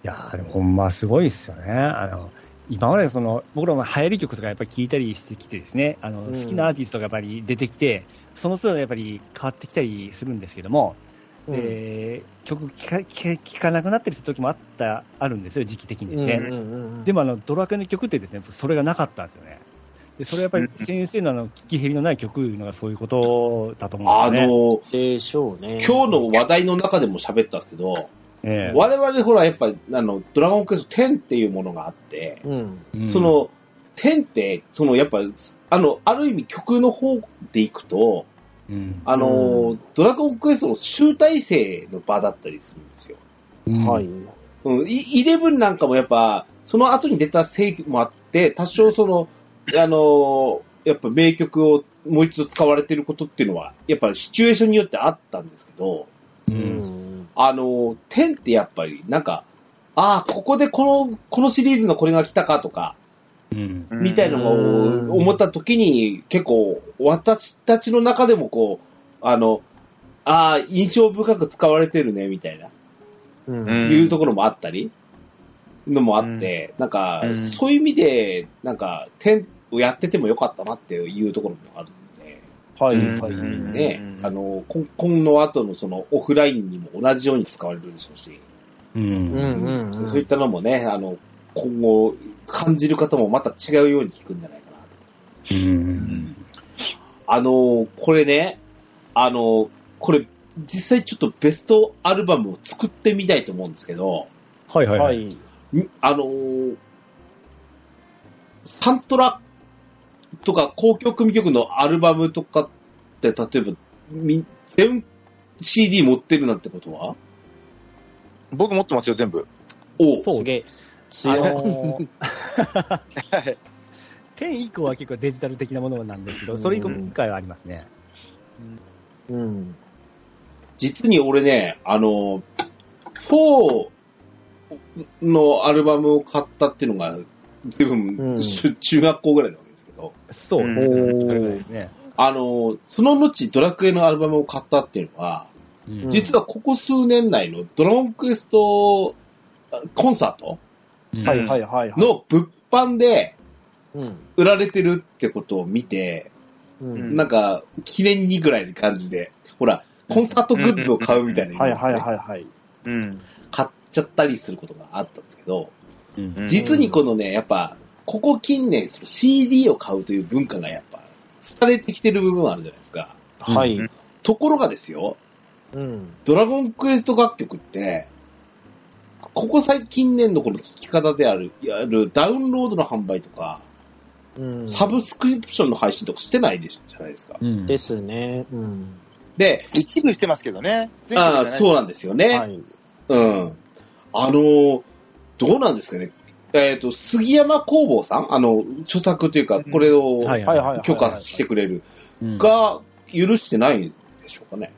Speaker 2: やーでもほんますごいですよね。あの今までその僕らも流行り曲とかやっぱり聞いたりしてきてですね、あの
Speaker 4: うん
Speaker 2: 好きなアーティストがやっぱり出てきて、その都度やっぱり変わってきたりするんですけども、
Speaker 4: うん
Speaker 2: で曲聴か聴か聴かなくなったりする時もあった、あるんですよ、時期的に
Speaker 4: うん
Speaker 2: ね。
Speaker 4: うん
Speaker 2: でもあのドラクエの曲ってですね、それがなかったんですよね。で、それはやっぱり先生のあの聞き減りのない曲いうのがそういうことだと思
Speaker 1: あ
Speaker 2: うんですよね。
Speaker 1: の、
Speaker 4: でしょうね。
Speaker 1: 今日の話題の中でも喋ったんですけど、
Speaker 2: え
Speaker 1: 我々ほら、やっぱ、あの、ドラゴンクエスト10っていうものがあって、
Speaker 4: うん。
Speaker 2: えうん
Speaker 1: その、10って、その、やっぱ、あの、ある意味曲の方でいくと、
Speaker 2: うん
Speaker 1: あの、
Speaker 4: う
Speaker 1: ドラゴンクエストの集大成の場だったりするんですよ。
Speaker 4: はい。
Speaker 1: うん、イイレブンなんかもやっぱ、その後に出た世紀もあって、多少その、あの、やっぱ名曲をもう一度使われてることっていうのは、やっぱシチュエーションによってあったんですけど、
Speaker 2: う
Speaker 4: うんん。
Speaker 1: あの、10ってやっぱりなんか、ああ、ここでこの、このシリーズのこれが来たかとか、
Speaker 2: うん
Speaker 1: みたいなの
Speaker 4: うん
Speaker 1: を思った時に、結構、私たちの中でもこう、あの、ああ、印象深く使われてるね、みたいな、
Speaker 4: う。
Speaker 3: うんん
Speaker 1: いうところもあったり、のもあって、なんか
Speaker 6: う、ん
Speaker 1: そういう意味で、なんか、点をやっててもよかったなっていうところもあるんで、
Speaker 2: は
Speaker 6: う
Speaker 2: い、
Speaker 6: ん
Speaker 2: はい。
Speaker 6: うん
Speaker 1: ね、あの、今今の後のそのオフラインにも同じように使われるでしょうし、
Speaker 2: う
Speaker 4: う
Speaker 2: ん。
Speaker 4: んうんうん
Speaker 1: そういったのもね、あの、今後、感じる方もまた違うように聞くんじゃないかなと。
Speaker 2: うん。
Speaker 1: あのーこれね、あのーこれ、実際ちょっとベストアルバムを作ってみたいと思うんですけど、
Speaker 2: はい、はい。
Speaker 6: は
Speaker 2: はい。
Speaker 6: い。
Speaker 1: んあのーサントラとか公共組曲のアルバムとかって、例えば、み全 CD 持ってるなんてことは
Speaker 3: 僕持ってますよ、全部。
Speaker 1: お
Speaker 2: そう
Speaker 4: すげえ。強
Speaker 2: あ
Speaker 4: い。
Speaker 2: のー、
Speaker 3: はい。
Speaker 2: 10以降は結構デジタル的なものなんですけど、それ以降今回はありますね。
Speaker 4: うん。
Speaker 1: 実に俺ね、あの、4のアルバムを買ったっていうのが、随分、
Speaker 4: うん
Speaker 1: し中学校ぐらいなわけですけど、
Speaker 2: そう
Speaker 6: うん
Speaker 2: ですね。それぐらいですね。
Speaker 1: あの、その後ドラクエのアルバムを買ったっていうのは、
Speaker 2: うん
Speaker 1: 実はここ数年内のドラゴンクエストあコンサート
Speaker 2: うん
Speaker 6: はいはいはい。
Speaker 1: の物販で
Speaker 4: うん。
Speaker 1: 売られてるってことを見て、
Speaker 4: うん。
Speaker 1: なんか、記念にぐらいの感じで、ほら、コンサートグッズを買うみたいな、
Speaker 6: はいはいはいはい。うん。
Speaker 1: 買っちゃったりすることがあったんですけど、
Speaker 2: うん
Speaker 1: 実にこのね、やっぱ、ここ近年、その CD を買うという文化がやっぱ、廃れてきてる部分はあるじゃないですか。
Speaker 4: はい。
Speaker 1: ところがですよ、
Speaker 4: うん。
Speaker 1: ドラゴンクエスト楽曲って、ここ最近年のこの聴き方である、やるダウンロードの販売とか、
Speaker 4: うん。
Speaker 1: サブスクリプションの配信とかしてないでしょじゃないですか。
Speaker 2: うん
Speaker 4: ですね。うん。
Speaker 1: で、
Speaker 3: 一部してますけどね。全
Speaker 1: あ
Speaker 3: 部
Speaker 1: あ
Speaker 3: じゃない
Speaker 1: そうなんですよね。
Speaker 4: はい。
Speaker 1: うん。あのーどうなんですかね。えっ、と、杉山工房さんあの、著作というか、これを
Speaker 2: はい
Speaker 6: はいはいはい。
Speaker 1: 許可してくれる。
Speaker 2: うん
Speaker 1: が許してないんでしょうかね。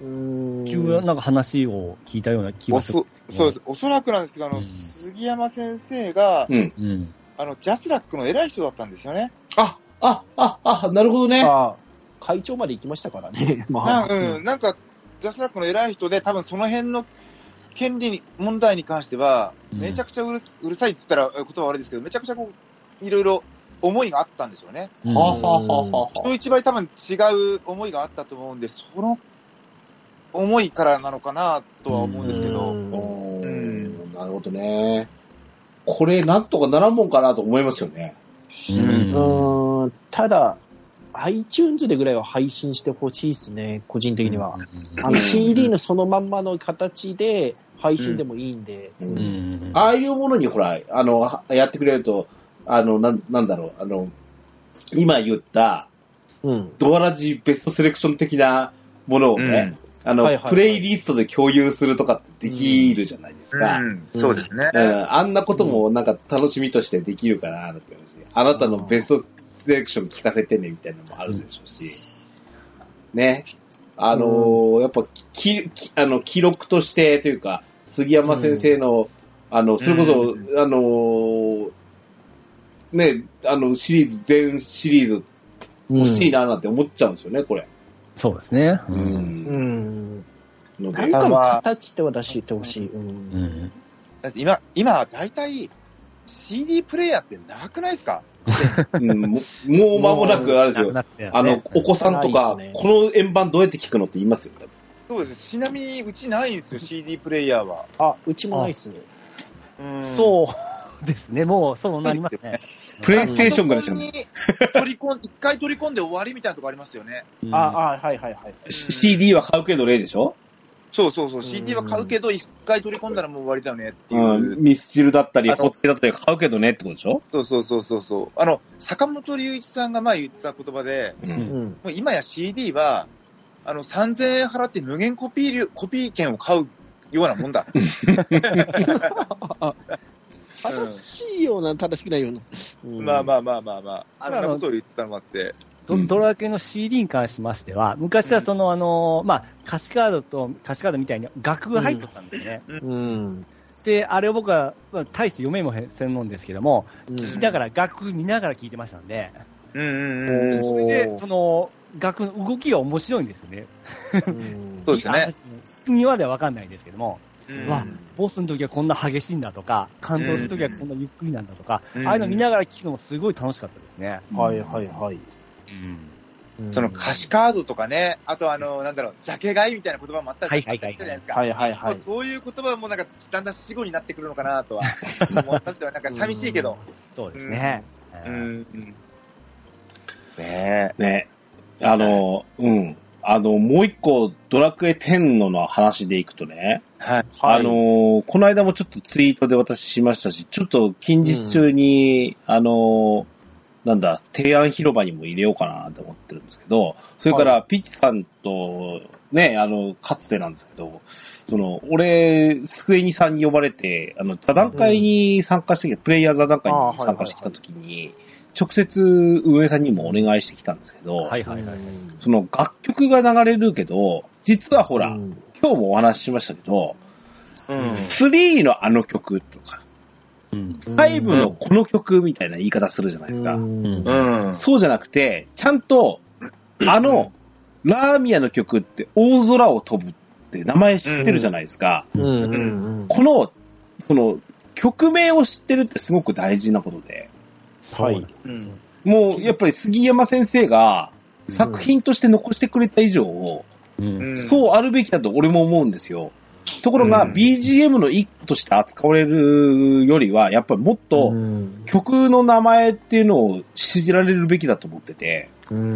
Speaker 4: うん。
Speaker 2: 中なんか話を聞いたような気
Speaker 3: お
Speaker 2: がする
Speaker 3: そ。そうです。おそらくなんですけど、あの、
Speaker 2: うん
Speaker 3: 杉山先生が、
Speaker 1: うん。
Speaker 2: うん。
Speaker 3: あの、ジャスラックの偉い人だったんですよね。
Speaker 1: あ、あ、あ、あ、なるほどね。
Speaker 6: あ
Speaker 4: 会長まで行きましたからね。ま
Speaker 3: な
Speaker 4: あ。
Speaker 3: うん、なんか、ジャスラックの偉い人で、多分その辺の権利に問題に関しては、
Speaker 2: うん
Speaker 3: めちゃくちゃうるすうるさいって言ったらえ言葉悪いですけど、めちゃくちゃこう、いろいろ思いがあったんでしょうね。
Speaker 2: うん
Speaker 1: はあ、はあはあはあ
Speaker 3: 人一倍多分違う思いがあったと思うんで、その思いからなのかなとは思うんですけど、
Speaker 4: うん
Speaker 1: おー
Speaker 3: うん
Speaker 1: なるほどね。これ、なんとかならんもんかなと思いますよね。
Speaker 2: う
Speaker 4: うんーんただ、iTunes でぐらいは配信してほしいですね、個人的には。。あ
Speaker 1: うん
Speaker 4: の CD のそのまんまの形で配信でもいいんで。
Speaker 1: う
Speaker 2: うんん
Speaker 1: ああいうものに、ほら、あの、はやってくれると、あの、なん、なんだろう、あの、今言った、
Speaker 4: うん。
Speaker 1: ドアラジベストセレクション的なものをね、あの、
Speaker 4: はいはいはい
Speaker 1: プレイリストで共有するとかってできるじゃないですか。
Speaker 4: そうです
Speaker 3: ね
Speaker 1: うんあんなこともなんか楽しみとしてできるかなって感じであなたのベストセレクション聞かせてねみたいなのもあるでしょうし、ね。あのーやっぱききあの、記録としてというか、杉山先生の、あの、それこそ、
Speaker 6: う
Speaker 1: あのーね、あの、シリーズ、全シリーズ欲しいななんて思っちゃうんですよね、これ。
Speaker 2: そうですね。
Speaker 1: う。。
Speaker 4: うんん。
Speaker 1: の
Speaker 4: な
Speaker 1: で
Speaker 4: ん、か
Speaker 3: た
Speaker 4: の
Speaker 3: だ
Speaker 4: 形で私言ってほしい。う。
Speaker 2: うんん。
Speaker 3: だって今、今、大体、CD プレイヤーってなくないですか
Speaker 1: うんもうもう間もなく、あれですよ。
Speaker 2: なくなってやつね
Speaker 1: あの、お子さんとか、
Speaker 4: ないですね
Speaker 1: この円盤どうやって聞くのって言いますよ、多分
Speaker 3: そうですね。ちなみに、うちないんですよ、CD プレイヤーは。
Speaker 4: あ、うちもないっす。
Speaker 2: そうですね。もう、そうなりますね。
Speaker 1: プレイステーションからしかない
Speaker 3: パソコンに取り込ん、一回取り込んで終わりみたいなとこありますよね。
Speaker 2: うん
Speaker 6: あ、あはいはいはい。
Speaker 1: し CD は買うけど例でしょ
Speaker 3: そうそうそう、CD は買うけど、一回取り込んだらもう終わりだよねっていうう。
Speaker 1: ん。ミスチルだったり、
Speaker 3: あの
Speaker 1: ホッケだったり買うけどねってことでしょ
Speaker 3: そうそうそうそうそう。あの、坂本龍一さんが前言ってた言葉で、
Speaker 1: う。
Speaker 4: うんん。
Speaker 3: もう今や CD は、あの、3000円払って無限コピー料、コピー券を買うようなもんだ。
Speaker 4: 正しいような、正しくないような。
Speaker 3: まあ
Speaker 4: あ。
Speaker 3: まあまあまあまあ、そんなことを言ってたのもあって。
Speaker 2: ドドラクエの CD に関しましては、昔はその、あの、まあ、歌詞カードと、歌詞カードみたいに額が入ってたんですね。
Speaker 4: うん。
Speaker 2: で、あれを僕は、まあ大して読めもせんのんですけども、聞きながら、楽見ながら聞いてましたんで、
Speaker 3: うんうん
Speaker 4: うん
Speaker 3: うん。
Speaker 2: それで、その、楽の動きが面白いんですよね。
Speaker 4: うん
Speaker 3: そうですね
Speaker 2: あの仕組みまでは分かんないんですけども、
Speaker 6: うん
Speaker 2: わ、ボスの時はこんな激しいんだとか、感動する時はこんなゆっくりなんだとか、
Speaker 6: うん
Speaker 2: ああいうの見ながら聞くのもすごい楽しかったですね。
Speaker 6: はいはいはい。
Speaker 3: その歌詞カードとかね、あとあの、なんだろう、ジャケ買いみたいな言葉もあったりしたじゃないですか。
Speaker 6: はいはいはい
Speaker 3: もう。そういう言葉もなんか、だんだん死後になってくるのかなとは思いますよ。なんか寂しいけど。
Speaker 2: そうですね。
Speaker 3: う
Speaker 2: うん
Speaker 3: ん。ね
Speaker 1: ね。あの、うん。あの、もう一個、ドラクエ10のの話でいくとね、
Speaker 3: え。はい。
Speaker 1: あのー、この間もちょっとツイートで私しましたし、ちょっと近日中に、あのー、なんだ、提案広場にも入れようかなと思ってるんですけど、それから、ピッチさんと、ね、あの、かつてなんですけど、その、俺、スクエニさんに呼ばれて、あの、座談会に参加してきて、プレイヤー座談会に参加してきた時に、直接、運営さんにもお願いしてきたんですけど、
Speaker 2: はいはいはい。
Speaker 1: その楽曲が流れるけど、実はほら、今日もお話ししましたけど、
Speaker 6: うん。
Speaker 1: 3のあの曲とか、5のこの曲みたいな言い方するじゃないですか。
Speaker 6: うん。
Speaker 1: そうじゃなくて、ちゃんと、あの、ラーミアの曲って大空を飛ぶって名前知ってるじゃないですか。この、その、曲名を知ってるってすごく大事なことで、
Speaker 2: はい。
Speaker 6: うん。
Speaker 1: もうやっぱり杉山先生が作品として残してくれた以上を、
Speaker 2: うん。
Speaker 1: そうあるべきだと俺も思うんですよ。ところが、
Speaker 6: うん
Speaker 1: BGM の一個として扱われるよりは、やっぱりもっと曲の名前っていうのを信じられるべきだと思ってて、
Speaker 2: そうな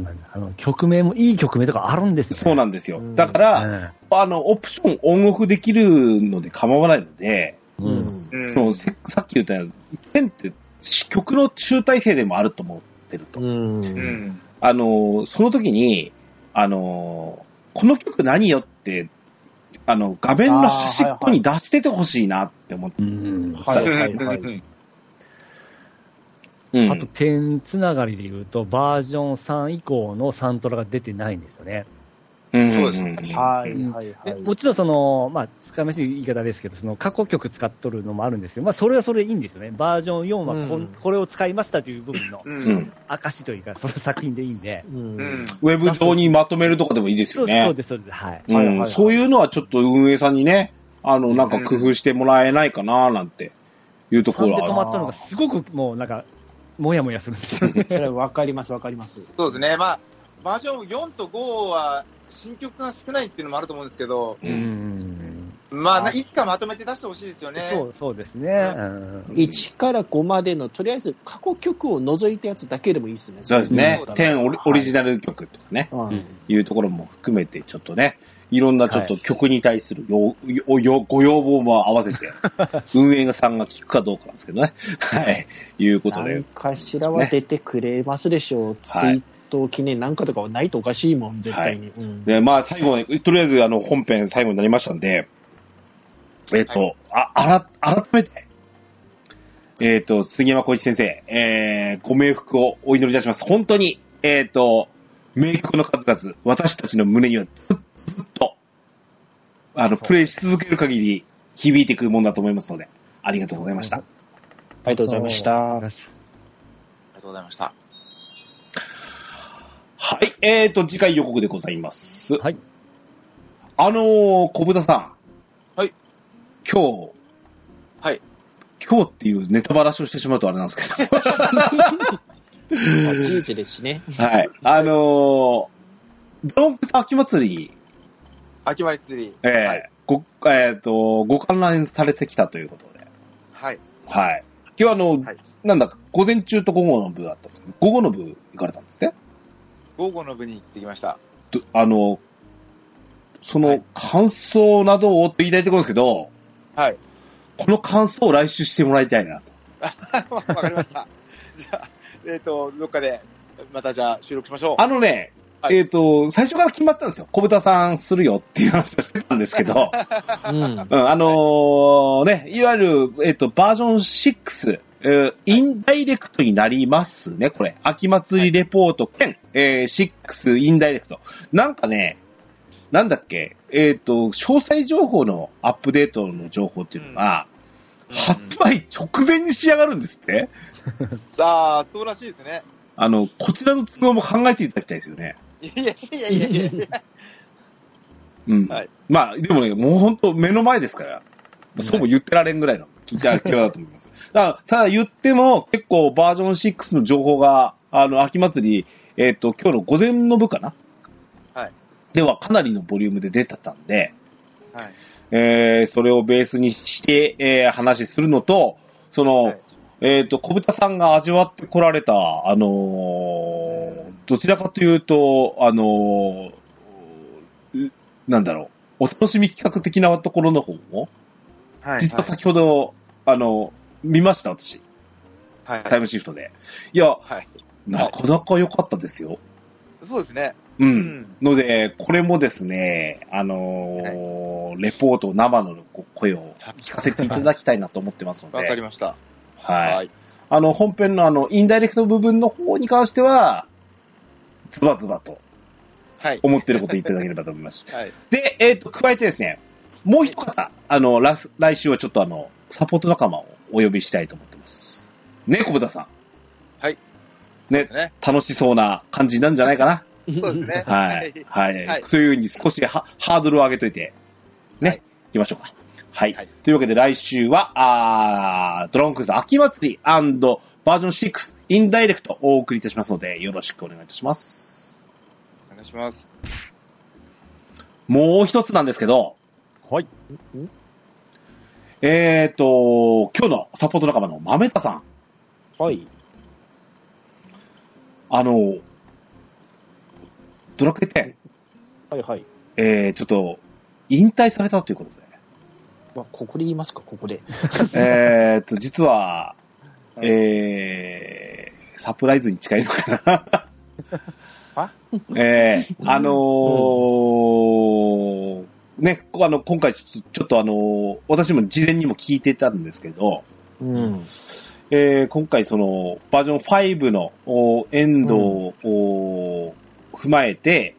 Speaker 2: んだ。あの、曲名もいい曲名とかあるんですよ。
Speaker 1: そうなんんですよ
Speaker 4: う。ん
Speaker 1: だから、
Speaker 2: だ。
Speaker 1: あの、オプションオンオフできるので構わないので、
Speaker 2: うん。
Speaker 1: そのせさっき言ったように、ペンって曲の集大成でもあると思ってると。
Speaker 6: うん。
Speaker 1: あの、その時に、あの、この曲何よって、あの、画面の端っこに出しててほしいなって思って、
Speaker 2: うん。
Speaker 6: はいはいはい。
Speaker 1: うん
Speaker 2: あと、点つながりで言うと、バージョン3以降のサントラが出てないんですよね。
Speaker 1: うん
Speaker 3: そうですね
Speaker 6: はいはいは
Speaker 2: で
Speaker 6: い。
Speaker 2: もちろん、その、まあ、つかめしい言い方ですけど、その過去曲使っとるのもあるんですけど、まあ、それはそれでいいんですよね。バージョン4はこん、
Speaker 4: うん
Speaker 2: これを使いましたという部分の
Speaker 3: う。
Speaker 1: うんん
Speaker 2: 証というか、その作品でいいんで。
Speaker 3: うん。
Speaker 1: ウェブ上にまとめるとかでもいいです
Speaker 2: そ
Speaker 1: よ
Speaker 2: うです、そう
Speaker 1: ね。
Speaker 2: です、そうです。はい。
Speaker 1: うん
Speaker 6: はいはいはい
Speaker 1: そういうのはちょっと運営さんにね、あの、なんか工夫してもらえないかななんていうとこ
Speaker 2: 3
Speaker 1: ろ
Speaker 2: で止
Speaker 1: は。
Speaker 2: まったのが、すごくもうなんか、もやもやするんですよね。
Speaker 6: それわかりますわかります。
Speaker 3: そうですね。まあ、バージョン4と5は、新曲が少ないっていうのもあると思うんですけど、
Speaker 1: うん
Speaker 3: まあ、、
Speaker 6: はい
Speaker 3: つかまとめて出してほしいですよね。
Speaker 2: そう、そうですね。うん
Speaker 4: 1から5までの、とりあえず過去曲を除いたやつだけでもいいですね。
Speaker 1: そうですね。
Speaker 3: うん
Speaker 1: 10オリオリジナル曲とかね、
Speaker 4: はい
Speaker 1: い、うところも含めて、ちょっとね、いろんなちょっと曲に対するようよよご要望も合わせて、運営さんが聞くかどうかなんですけどね。はい。いうこと
Speaker 4: 何
Speaker 1: で。
Speaker 4: かしらは出てくれますでしょう。
Speaker 1: はい
Speaker 4: 追悼記念なんかとかはないとおかしいもん、絶対に。うん
Speaker 1: で、まあ、最後、とりあえず、あの、本編最後になりましたんで、えっ、と、あ、あら、改めて、えっ、と、杉山浩一先生、えー、ご冥福をお祈りいたします。本当に、えっ、と、名曲の数々、私たちの胸にはずっと、ずっと、あの、プレイし続ける限り、響いてくるもんだと思いますので、ありがとうございました。
Speaker 4: ありがとうございました。
Speaker 3: ありがとうございました。
Speaker 1: はい、えっ、と、次回予告でございます。
Speaker 2: はい。
Speaker 1: あのー、小豚さん。
Speaker 3: はい。
Speaker 1: 今日。
Speaker 3: はい。
Speaker 1: 今日っていうネタバラシをしてしまうとあれなんですけど。
Speaker 4: まあ事実ですしね。
Speaker 1: はい。あのー、ドンプス秋祭り、
Speaker 3: 秋葉り釣り。
Speaker 1: えー
Speaker 3: はい
Speaker 1: ご、えっ、と、ご観覧されてきたということで。
Speaker 3: はい。
Speaker 1: はい。今日あの、
Speaker 3: はい
Speaker 1: なんだか、午前中と午後の部だったんですけど、午後の部行かれたんですね。
Speaker 3: 午後の部に行ってきました。
Speaker 1: どあの、その感想などをと言いたいところですけど、
Speaker 3: はい。
Speaker 1: この感想を来週してもらいたいなと。
Speaker 3: わかりました。じゃあ、えっ、と、どっかで、またじゃあ収録しましょう。
Speaker 1: あのね、
Speaker 3: はい
Speaker 1: えっ、と、最初から決まったんですよ。小豚さんするよっていう話をしてたんですけ ど、
Speaker 4: うん。
Speaker 1: うん、あのーね、いわゆる、えっ、と、バージョン6、えーインダイレクトになりますね、これ。秋祭りレポート兼、えー、6インダイレクト。なんかね、なんだっけ、えっ、と、詳細情報のアップデートの情報っていうのが、発売直前に仕上がるんですって、
Speaker 3: ああ、そうらしいですね。
Speaker 1: あの、こちらの都合も考えていただきたいですよね。
Speaker 3: いやいやいやいやいや。
Speaker 1: うん。
Speaker 3: はい
Speaker 1: まあ、でもね、もう本当目の前ですから、そうも言ってられんぐらいの聞いた結果だと思い ます。だからただ言っても、結構バージョン6の情報が、あの、秋祭り、えっ、と、今日の午前の部かな
Speaker 3: はい。
Speaker 1: では、かなりのボリュームで出てたんで、
Speaker 3: はい。
Speaker 1: えー、それをベースにして、えー、話するのと、その、
Speaker 3: はい
Speaker 1: えっ、と、小豚さんが味わってこられた、あのーどちらかというと、あのーうなんだろう、お楽しみ企画的なところの方も、
Speaker 3: はい。
Speaker 1: 実は先ほど、あの、見ました、私。
Speaker 3: はい。
Speaker 1: タイムシフトで。いや、
Speaker 3: はい。
Speaker 1: なかなか良かったですよ。
Speaker 3: そうですね。
Speaker 1: う。
Speaker 3: うんん。
Speaker 1: ので、これもですね、あのーレポート、生の声を聞かせていただきたいなと思ってますので。
Speaker 3: わかりました。
Speaker 1: はい。
Speaker 3: はい。
Speaker 1: あの、本編のあの、インダイレクト部分の方に関しては、ズバズバと
Speaker 3: はい。
Speaker 1: 思ってることを言っていただければと思い ます。
Speaker 3: はい。
Speaker 1: で、えっ、と、加えてですね、もう一方、あの、来来週はちょっとあの、サポート仲間をお呼びしたいと思ってます。ね、小豚さん。
Speaker 3: はい。
Speaker 1: ね、
Speaker 3: ね。
Speaker 1: 楽しそうな感じなんじゃないかな。
Speaker 3: そうですね。
Speaker 1: はい。はい。
Speaker 3: はい
Speaker 1: というふうに少しはハードルを上げといて、ね、
Speaker 3: はい
Speaker 1: 行きましょうか。はい。
Speaker 3: はい
Speaker 1: というわけで来週は、あードラゴンクエスト秋祭りバージョン6インダイレクトをお送りいたしますので、よろしくお願いいたします。
Speaker 3: お願いします。
Speaker 1: もう一つなんですけど、
Speaker 2: はい。
Speaker 1: えーと、今日のサポート仲間の豆田さん、
Speaker 6: はい。
Speaker 1: あの、ドラクエ10、
Speaker 6: はいはい。
Speaker 1: えー、ちょっと、引退されたということで、
Speaker 4: まあ、ここで言いますか、ここで。
Speaker 1: えーっと、実は、えー、サプライズに近いのかな
Speaker 6: あ。
Speaker 1: え ー、あのー、ね、こあの、今回ちょ、ちょっとあのー私も事前にも聞いてたんですけど、
Speaker 6: うん。
Speaker 1: えー今回その、バージョン5のおエンドを、お踏まえて、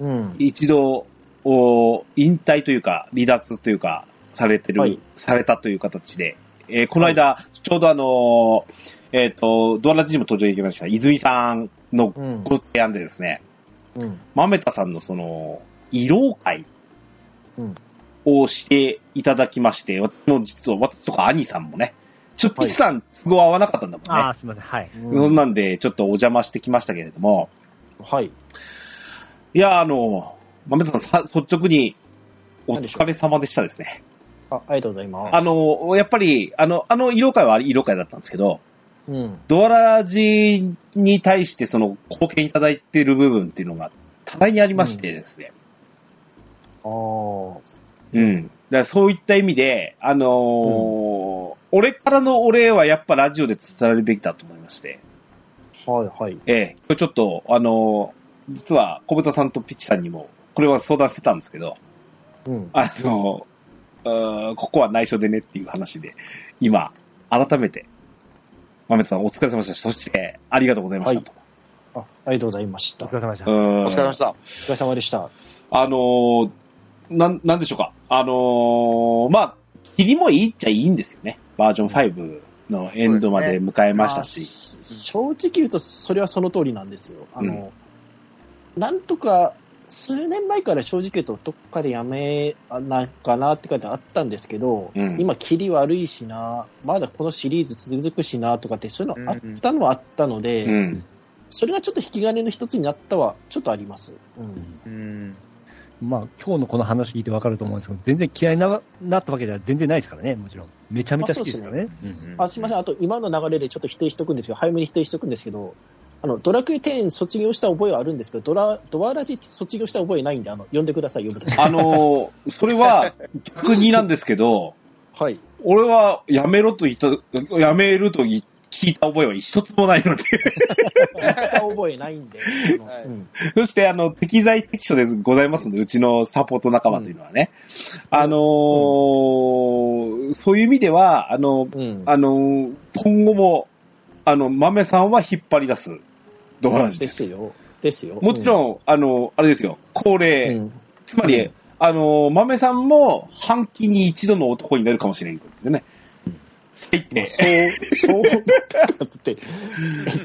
Speaker 6: うん。
Speaker 1: 一度、お引退というか、離脱というか、されてる、
Speaker 6: はい
Speaker 1: されたという形で、えーこの間、ちょうどあのーえっ、と、ドアラジにも登場できました、泉さんの
Speaker 6: うん。
Speaker 1: ご提案でですね、
Speaker 6: うん。
Speaker 1: 豆田さんのその、慰労会
Speaker 6: うん
Speaker 1: をしていただきまして、私も実は、私とか兄さんもね、ちょっと、ピッチさん都合合わなかったんだもんね。
Speaker 2: ああ、すみません。はい。
Speaker 1: そんなんで、ちょっとお邪魔してきましたけれども、
Speaker 6: はい。
Speaker 1: いや、あの、豆田さん、さ率直に、お疲れ様でしたですね。
Speaker 6: あ、ありがとうございます。
Speaker 1: あ、の、やっぱり、あの、あの、色会は色会だったんですけど、
Speaker 6: うん。
Speaker 1: ドアラジに対して、その、貢献いただいている部分っていうのが、多大にありましてですね。
Speaker 6: ああ。
Speaker 1: うん。だからそういった意味で、あのー俺からのお礼はやっぱラジオで伝えるべきだと思いまして、
Speaker 6: はいはい。
Speaker 1: ええ、これちょっと、あのー実は、小豚さんとピッチさんにも、これは相談してたんですけど、
Speaker 6: うん。
Speaker 1: あの、あーここは内緒でねっていう話で、今、改めて、豆田さんお疲れ様でした。そして、ありがとうございましたと。
Speaker 6: あ、ありがとうございました。
Speaker 2: お
Speaker 6: お
Speaker 2: 疲れ様でした。
Speaker 1: うん
Speaker 3: お疲れ様でした。
Speaker 6: 疲れ様でした。
Speaker 1: あのーなん、なんでしょうか。あのーまあ、霧もいいっちゃいいんですよね。バージョン5のエンドまで迎えましたし。
Speaker 4: まあ正直言うと、それはその通りなんですよ。あの、なんとか、数年前から正直言うと、どっかでやめないかなって感じあったんですけど、
Speaker 1: うん
Speaker 4: 今、キリ悪いしな、まだこのシリーズ続くしなとかって、そういうのあったのはあったので、
Speaker 1: うん。
Speaker 4: それがちょっと引き金の一つになったは、ちょっとあります。
Speaker 3: う
Speaker 4: うん
Speaker 3: ん。
Speaker 2: まあ、今日のこの話聞いてわかると思うんですけど、全然嫌いななったわけでは全然ないですからね、もちろん。めちゃめちゃ好きですからね。うん
Speaker 4: あすみません、あと今の流れでちょっと否定しとくんですけど、早めに否定しとくんですけど、あのドラクエ10卒業した覚えはあるんですけど、ドラドアラジ卒業した覚えないんで、あの呼んでください、呼ぶとき。
Speaker 1: あのーそれは逆になんですけど、
Speaker 4: はい、
Speaker 1: 俺はやめろと言った、やめると言い聞いた覚えは一つもないので
Speaker 4: 覚えないんで、あの
Speaker 3: はい
Speaker 4: うん
Speaker 1: そして、あの、適材適所でございますので、うちのサポート仲間というのはね。あのーそういう意味では、あの、
Speaker 4: うん
Speaker 1: あのー今後も、あの、豆さんは引っ張り出す、ドバラジで。
Speaker 4: ですすよ、ですよ。
Speaker 1: もちろん、あの、あれですよ、恒
Speaker 4: う
Speaker 1: 例、
Speaker 4: ん、うん
Speaker 1: つまり、
Speaker 4: うん
Speaker 1: あのー豆さんも半期に一度の男になるかもしれないことですよね。最低。
Speaker 4: そう、そう、だって、え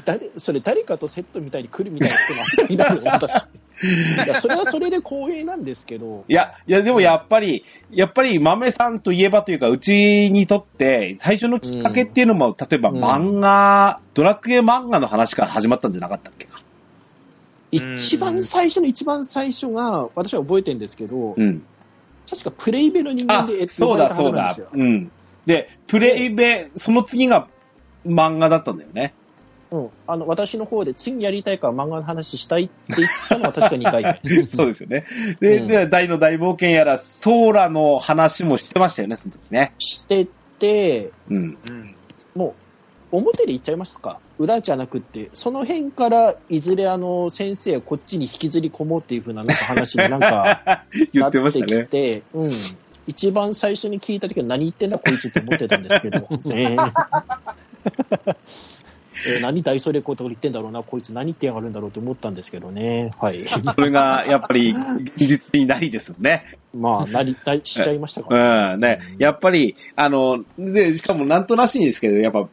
Speaker 4: 誰、それ誰かとセットみたいに来るみたいな人の扱いになるの、私。いやそれはそれで光栄なんですけど、
Speaker 1: いや、いや、でもやっぱり、やっぱり豆さんといえばというか、うちにとって、最初のきっかけっていうのも、例えば
Speaker 6: うん
Speaker 1: 漫画、ドラクエ漫画の話から始まったんじゃなかったっけか。
Speaker 4: 一番最初の一番最初が、私は覚えてるんですけど、
Speaker 1: うん。
Speaker 4: 確かプレイベの人間
Speaker 1: あ
Speaker 4: で、えっと
Speaker 1: そう
Speaker 4: 呼ばれ
Speaker 1: だ
Speaker 4: たは
Speaker 1: そ
Speaker 4: ず
Speaker 1: う
Speaker 4: な
Speaker 1: だ
Speaker 4: んですよ。
Speaker 1: うん。で、プレイベ、その次が漫画だったんだよね。
Speaker 4: うん、あの私の方で次やりたいから漫画の話したいって言ったのは確か2回目。
Speaker 1: そうですよね。で、
Speaker 6: うん
Speaker 1: で大の大冒険やら、ソーラの話もしてましたよね、その時ね。
Speaker 4: してて、
Speaker 1: うん。
Speaker 3: うん。
Speaker 4: もう表で言っちゃいますか裏じゃなくて、その辺からいずれあの先生はこっちに引きずり込もうっていう風ななんか話になんか
Speaker 1: 言
Speaker 4: な
Speaker 1: ってましたね
Speaker 4: っ。てきて、うん。一番最初に聞いた時は何言ってんだこいつって思ってたんで すけど、ねええー何大それこうと言ってんだろうな、こいつ何言ってやがるんだろうって思ったんですけどね。はい。
Speaker 1: それが、やっぱり、技術になりですよね。
Speaker 4: まあ、なり、なりしちゃいましたから
Speaker 1: うん、ね。やっぱり、あの、で、しかもなんとなしいんですけど、やっぱ、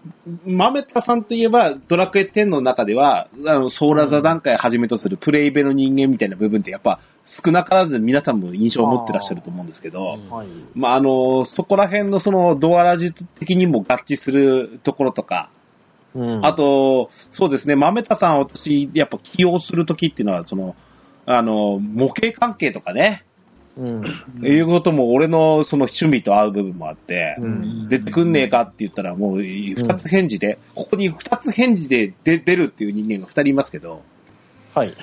Speaker 1: マメタさんといえば、ドラクエ10の中では、あの、ソーラ座段階をはじめとするプレイベの人間みたいな部分って、やっぱ、少なからず皆さんも印象を持ってらっしゃると思うんですけど、
Speaker 4: はい。
Speaker 1: まあ、あの、そこら辺のその、ドアラジ的にも合致するところとか、
Speaker 4: うん
Speaker 1: あと、そうですね、豆田さん、私、やっぱ起用するときっていうのは、その、あの、模型関係とかね、
Speaker 4: うん。
Speaker 1: いうことも俺のその趣味と合う部分もあって、
Speaker 4: うん
Speaker 1: 出てくんねえかって言ったら、もう二つ返事で、ここに二つ返事で出出るっていう人間が二人いますけど、
Speaker 4: はい。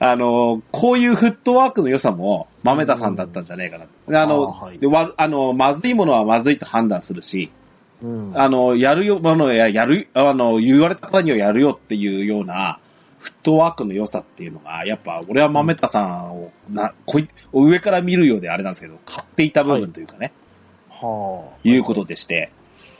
Speaker 1: あの、こういうフットワークの良さも、豆田さんだったんじゃないかな。であの、
Speaker 4: あーはい
Speaker 1: でわあの、まずいものはまずいと判断するし、
Speaker 4: うん。
Speaker 1: あの、やるよ、ものや、やる、あの、言われたからにはやるよっていうような、フットワークの良さっていうのが、やっぱ、俺は豆田さんを、な、こい、上から見るようであれなんですけど、買っていた部分というかね、、
Speaker 4: はい
Speaker 1: うことでして、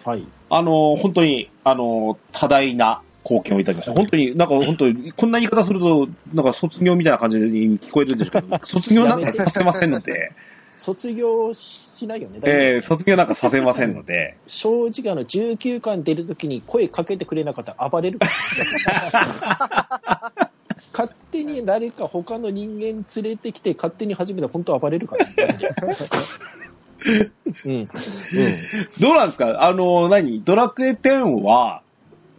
Speaker 4: あ。はい。
Speaker 1: あの、本当に、あの、多大な貢献をいただきました。本当に、なんか本当に、こんな言い方すると、なんか卒業みたいな感じに聞こえるんですけ ど、卒業なんかさせませんので、
Speaker 4: 卒業しないよね。だから
Speaker 1: えー、卒業なんかさせませんので、
Speaker 4: 正直、あの、19巻出るときに声かけてくれなかったら暴れるから。勝手に誰か他の人間連れてきて、勝手に始めたら本当暴れる から。マジでうん。うん。
Speaker 1: どうなんですかあの、何ドラクエ10は、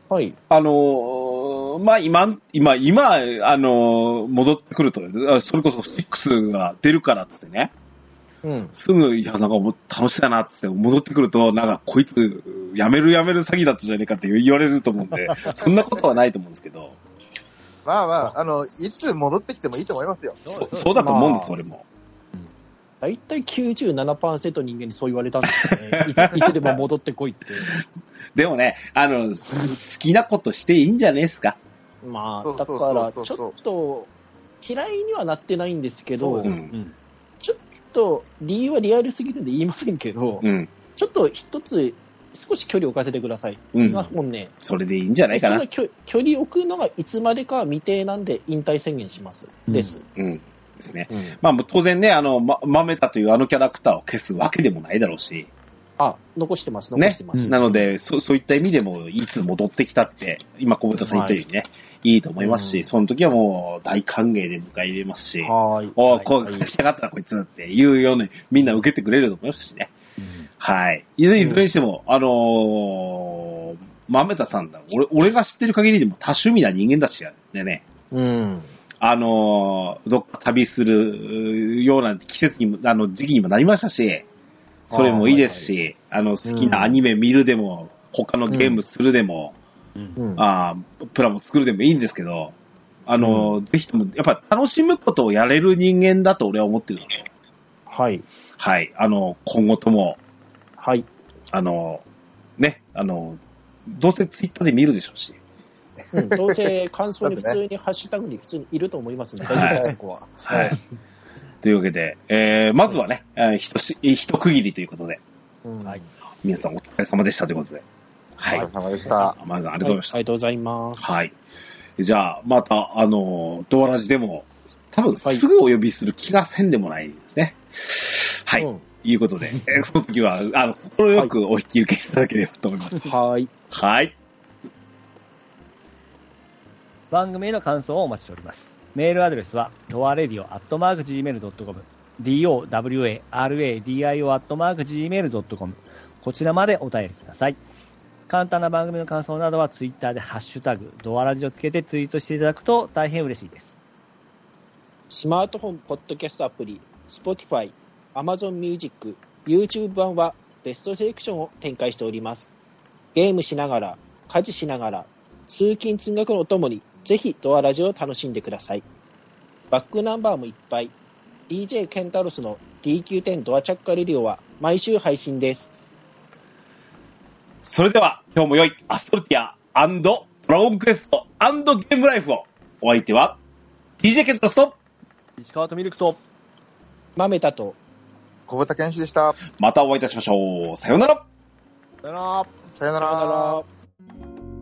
Speaker 4: はい。
Speaker 1: あのーまあ、今、今、今、あのー戻ってくると、あそれこそ6が出るからっつってね、
Speaker 4: うん。
Speaker 1: すぐ、いや、なんかもう楽しいなっつって戻ってくると、なんかこいつ、やめるやめる詐欺だったじゃねえかって言われると思うんで、そんなことはないと思うんですけど、
Speaker 3: まあまあ、あの、いつ戻ってきてもいいと思いますよ。
Speaker 1: そそうだと思うんです、俺も。
Speaker 4: 大体97%人間にそう言われたんですよ ね。いついつでも戻ってこいって。
Speaker 1: でもね、あの、す好きなことしていいんじゃねえですか。
Speaker 4: ま
Speaker 3: そ
Speaker 4: あ、
Speaker 3: う
Speaker 4: だ
Speaker 3: そう
Speaker 4: から、
Speaker 3: そう
Speaker 4: ち
Speaker 3: そうそ
Speaker 4: ょ
Speaker 3: う
Speaker 4: っと、嫌いにはなってないんですけど、
Speaker 1: う
Speaker 4: ちょっ
Speaker 1: ん。
Speaker 4: と、理由はリアルすぎるんで言いませんけど、
Speaker 1: うん。
Speaker 4: ちょっと一つ、少し距離を置かせてください。
Speaker 1: うん
Speaker 4: まあ、本音。
Speaker 1: それでいいんじゃないか
Speaker 4: そ
Speaker 1: な
Speaker 4: の。距距離を置くのがいつまでかは未定なんで、引退宣言します。
Speaker 2: うん
Speaker 4: です。
Speaker 1: うん。ですね。
Speaker 4: うん
Speaker 1: まあ、もう当然ね、あの、ま、まめたというあのキャラクターを消すわけでもないだろうし。
Speaker 4: あ、残してます、残
Speaker 1: ね
Speaker 4: してます。
Speaker 2: うん
Speaker 1: なので、そそういった意味でも、いつ戻ってきたって、今、小豚さん言ったようにね、い、いと思いますし、
Speaker 4: うん
Speaker 1: その時はもう大歓迎で迎え入れますし、
Speaker 4: はーい。
Speaker 1: お
Speaker 4: は
Speaker 1: う
Speaker 4: い
Speaker 1: こ
Speaker 4: は
Speaker 1: う、
Speaker 4: い
Speaker 1: 来たかったな、こいつっていうように、みんな受けてくれると思いますしね。はい。いずいずれにしても、あのー、豆田さんだ、俺、俺が知ってる限りでも多趣味な人間だし、でね、
Speaker 6: うん。
Speaker 1: あのー、どっか旅するような季節にも、あの、時期にもなりましたし、それもいいですし、あ,、の、好きなアニメ見るでも、他のゲームするでも、
Speaker 6: うん。
Speaker 1: あープラモ作るでもいいんですけど、あのー、ぜひとも、やっぱ楽しむことをやれる人間だと俺は思ってるので、
Speaker 6: はい。
Speaker 1: はい、あの、今後とも、
Speaker 6: はい。
Speaker 1: あの、ね、あの、どうせツイッターで見るでしょうし、
Speaker 4: うんどうせ感想に普通に、ハッシュタグに普通にいると思いますんで、大丈夫です、そこは。
Speaker 1: はい。というわけで、えー、まずはね、えーひとし、一区切りということで、
Speaker 6: うん
Speaker 2: はい
Speaker 1: 皆さんお疲れ様でしたということで。はい。
Speaker 3: お疲れ様でした。
Speaker 1: まずありがとうございまし
Speaker 4: ありがとうございます。
Speaker 1: た。はい。じゃあ、また、あの、ドアラジでも、多分すぐお呼びする気がせんでもないですね。はい。
Speaker 4: うん
Speaker 1: いうことで、えーその時は、あの、心よくお引き受けいただければと思います。
Speaker 4: はい。
Speaker 1: はい。
Speaker 2: 番組への感想をお待ちしております。メールアドレスは、ドアレディオアットマーク Gmail.com、dowaradio アットマーク Gmail.com、こちらまでお便りください。簡単な番組の感想などはツイッターでハッシュタグ、ドアラジをつけてツイートしていただくと大変嬉しいです。
Speaker 4: スマートフォン、ポッドキャストアプリ、Spotify、Amazon Music、YouTube 版はベストセレクションを展開しております。ゲームしながら、家事しながら、通勤通学のお供に、ぜひドアラジオを楽しんでください。バックナンバーもいっぱい。DJ ケンタロスの DQ10 ドアチャッカレディオは毎週配信です。
Speaker 1: それでは、今日も良いアストルティアドラゴンクエストゲームライフをお相手は、DJ ケントロスと、
Speaker 2: 石川とミルクと、
Speaker 4: 豆田と、
Speaker 3: 小畑健志でした。
Speaker 1: またお会いいたしましょう。さようなら
Speaker 2: さよなら。
Speaker 3: さよなら。